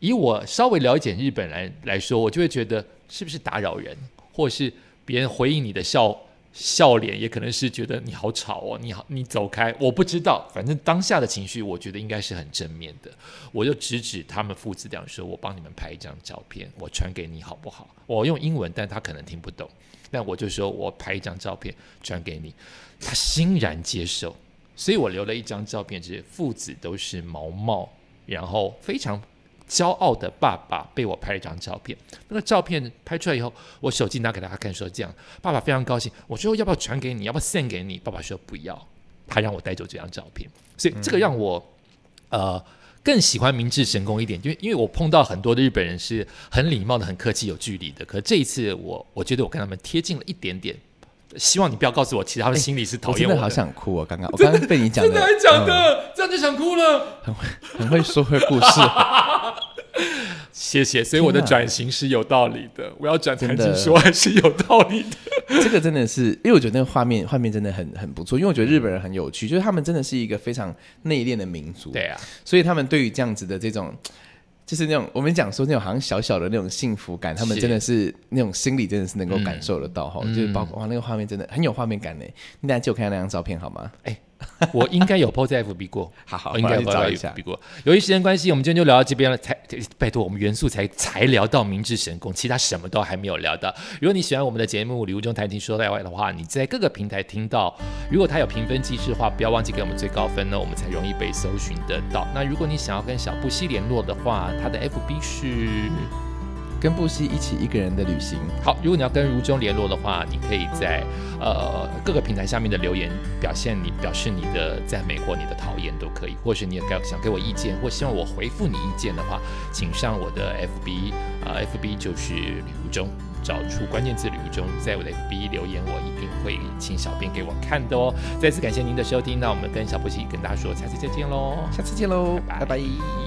[SPEAKER 2] 以我稍微了解日本来来说，我就会觉得是不是打扰人，或是别人回应你的笑笑脸，也可能是觉得你好吵哦，你好，你走开，我不知道。反正当下的情绪，我觉得应该是很正面的。 我就指指他们父子俩说：“我帮你们拍一张照片，我传给你好不好？”我用英文，但他可能听不懂，但我就说我拍一张照片传给你，他欣然接受。所以我留了一张照片，是父子都是毛毛，然后非常骄傲的爸爸被我拍了一张照片。那个照片拍出来以后，我手机拿给他看，说这样，爸爸非常高兴。我说要不要传给你？要不要献给你？爸爸说不要，他让我带走这张照片。所以这个让我、呃更喜欢明治神宫一点，因为因为我碰到很多的日本人是很礼貌的、很客气、有距离的。可这一次我我觉得我跟他们贴近了一点点。希望你不要告诉我，其实他们心里是讨
[SPEAKER 3] 哎我
[SPEAKER 2] 厌
[SPEAKER 3] 真
[SPEAKER 2] 我
[SPEAKER 3] 的
[SPEAKER 2] 的
[SPEAKER 3] 好想哭哦！刚刚我刚刚被你讲 的，
[SPEAKER 2] 真的还假的？这样就想哭了。
[SPEAKER 3] 嗯很会说会故事，
[SPEAKER 2] 谢谢，所以我的转型是有道理的，我要转弹
[SPEAKER 3] 真
[SPEAKER 2] 琴
[SPEAKER 3] 的
[SPEAKER 2] 说还是有道理的。
[SPEAKER 3] 这个真的是，因为我觉得那个画面画面真的很很不错，因为我觉得日本人很有趣，就是他们真的是一个非常内敛的民族，
[SPEAKER 2] 对啊，
[SPEAKER 3] 所以他们对于这样子的这种，就是那种我们讲说那种好像小小的那种幸福感，他们
[SPEAKER 2] 是
[SPEAKER 3] 真的是嗯那种心里真的是能够感受得到哈、就是包括哇那个画面真的很有画面感呢。你等下借我看一下那张照片好吗？
[SPEAKER 2] 我应该有 PO 在 FB 过，
[SPEAKER 3] 好好
[SPEAKER 2] 我应该有
[SPEAKER 3] 我来
[SPEAKER 2] PO
[SPEAKER 3] 找
[SPEAKER 2] 在
[SPEAKER 3] 一下
[SPEAKER 2] FB 过。由于时间关系，我们今天就聊到这边了。才拜托，我们元素才才聊到明治神宫，其他什么都还没有聊到。如果你喜欢我们的节目《礼物中谈情说爱外》的话，你在各个平台听到，如果它有评分机制的话，不要忘记给我们最高分呢，我们才容易被搜寻得到。那如果你想要跟小布希联络的话，他的 FB 是。
[SPEAKER 3] 跟布西一起一个人的旅行，
[SPEAKER 2] 好，如果你要跟如中联络的话，你可以在呃各个平台下面的留言表现你表示你的赞美或你的讨厌都可以，或是你也给想给我意见或希望我回复你意见的话，请上我的 FB 呃 FB 就是吕如中，找出关键字吕如中，在我的 FB 留言，我一定会请小编给我看的哦。再次感谢您的收听，那我们跟小波奇跟大家说，下次再见喽，
[SPEAKER 3] 下次见喽，拜拜
[SPEAKER 2] 拜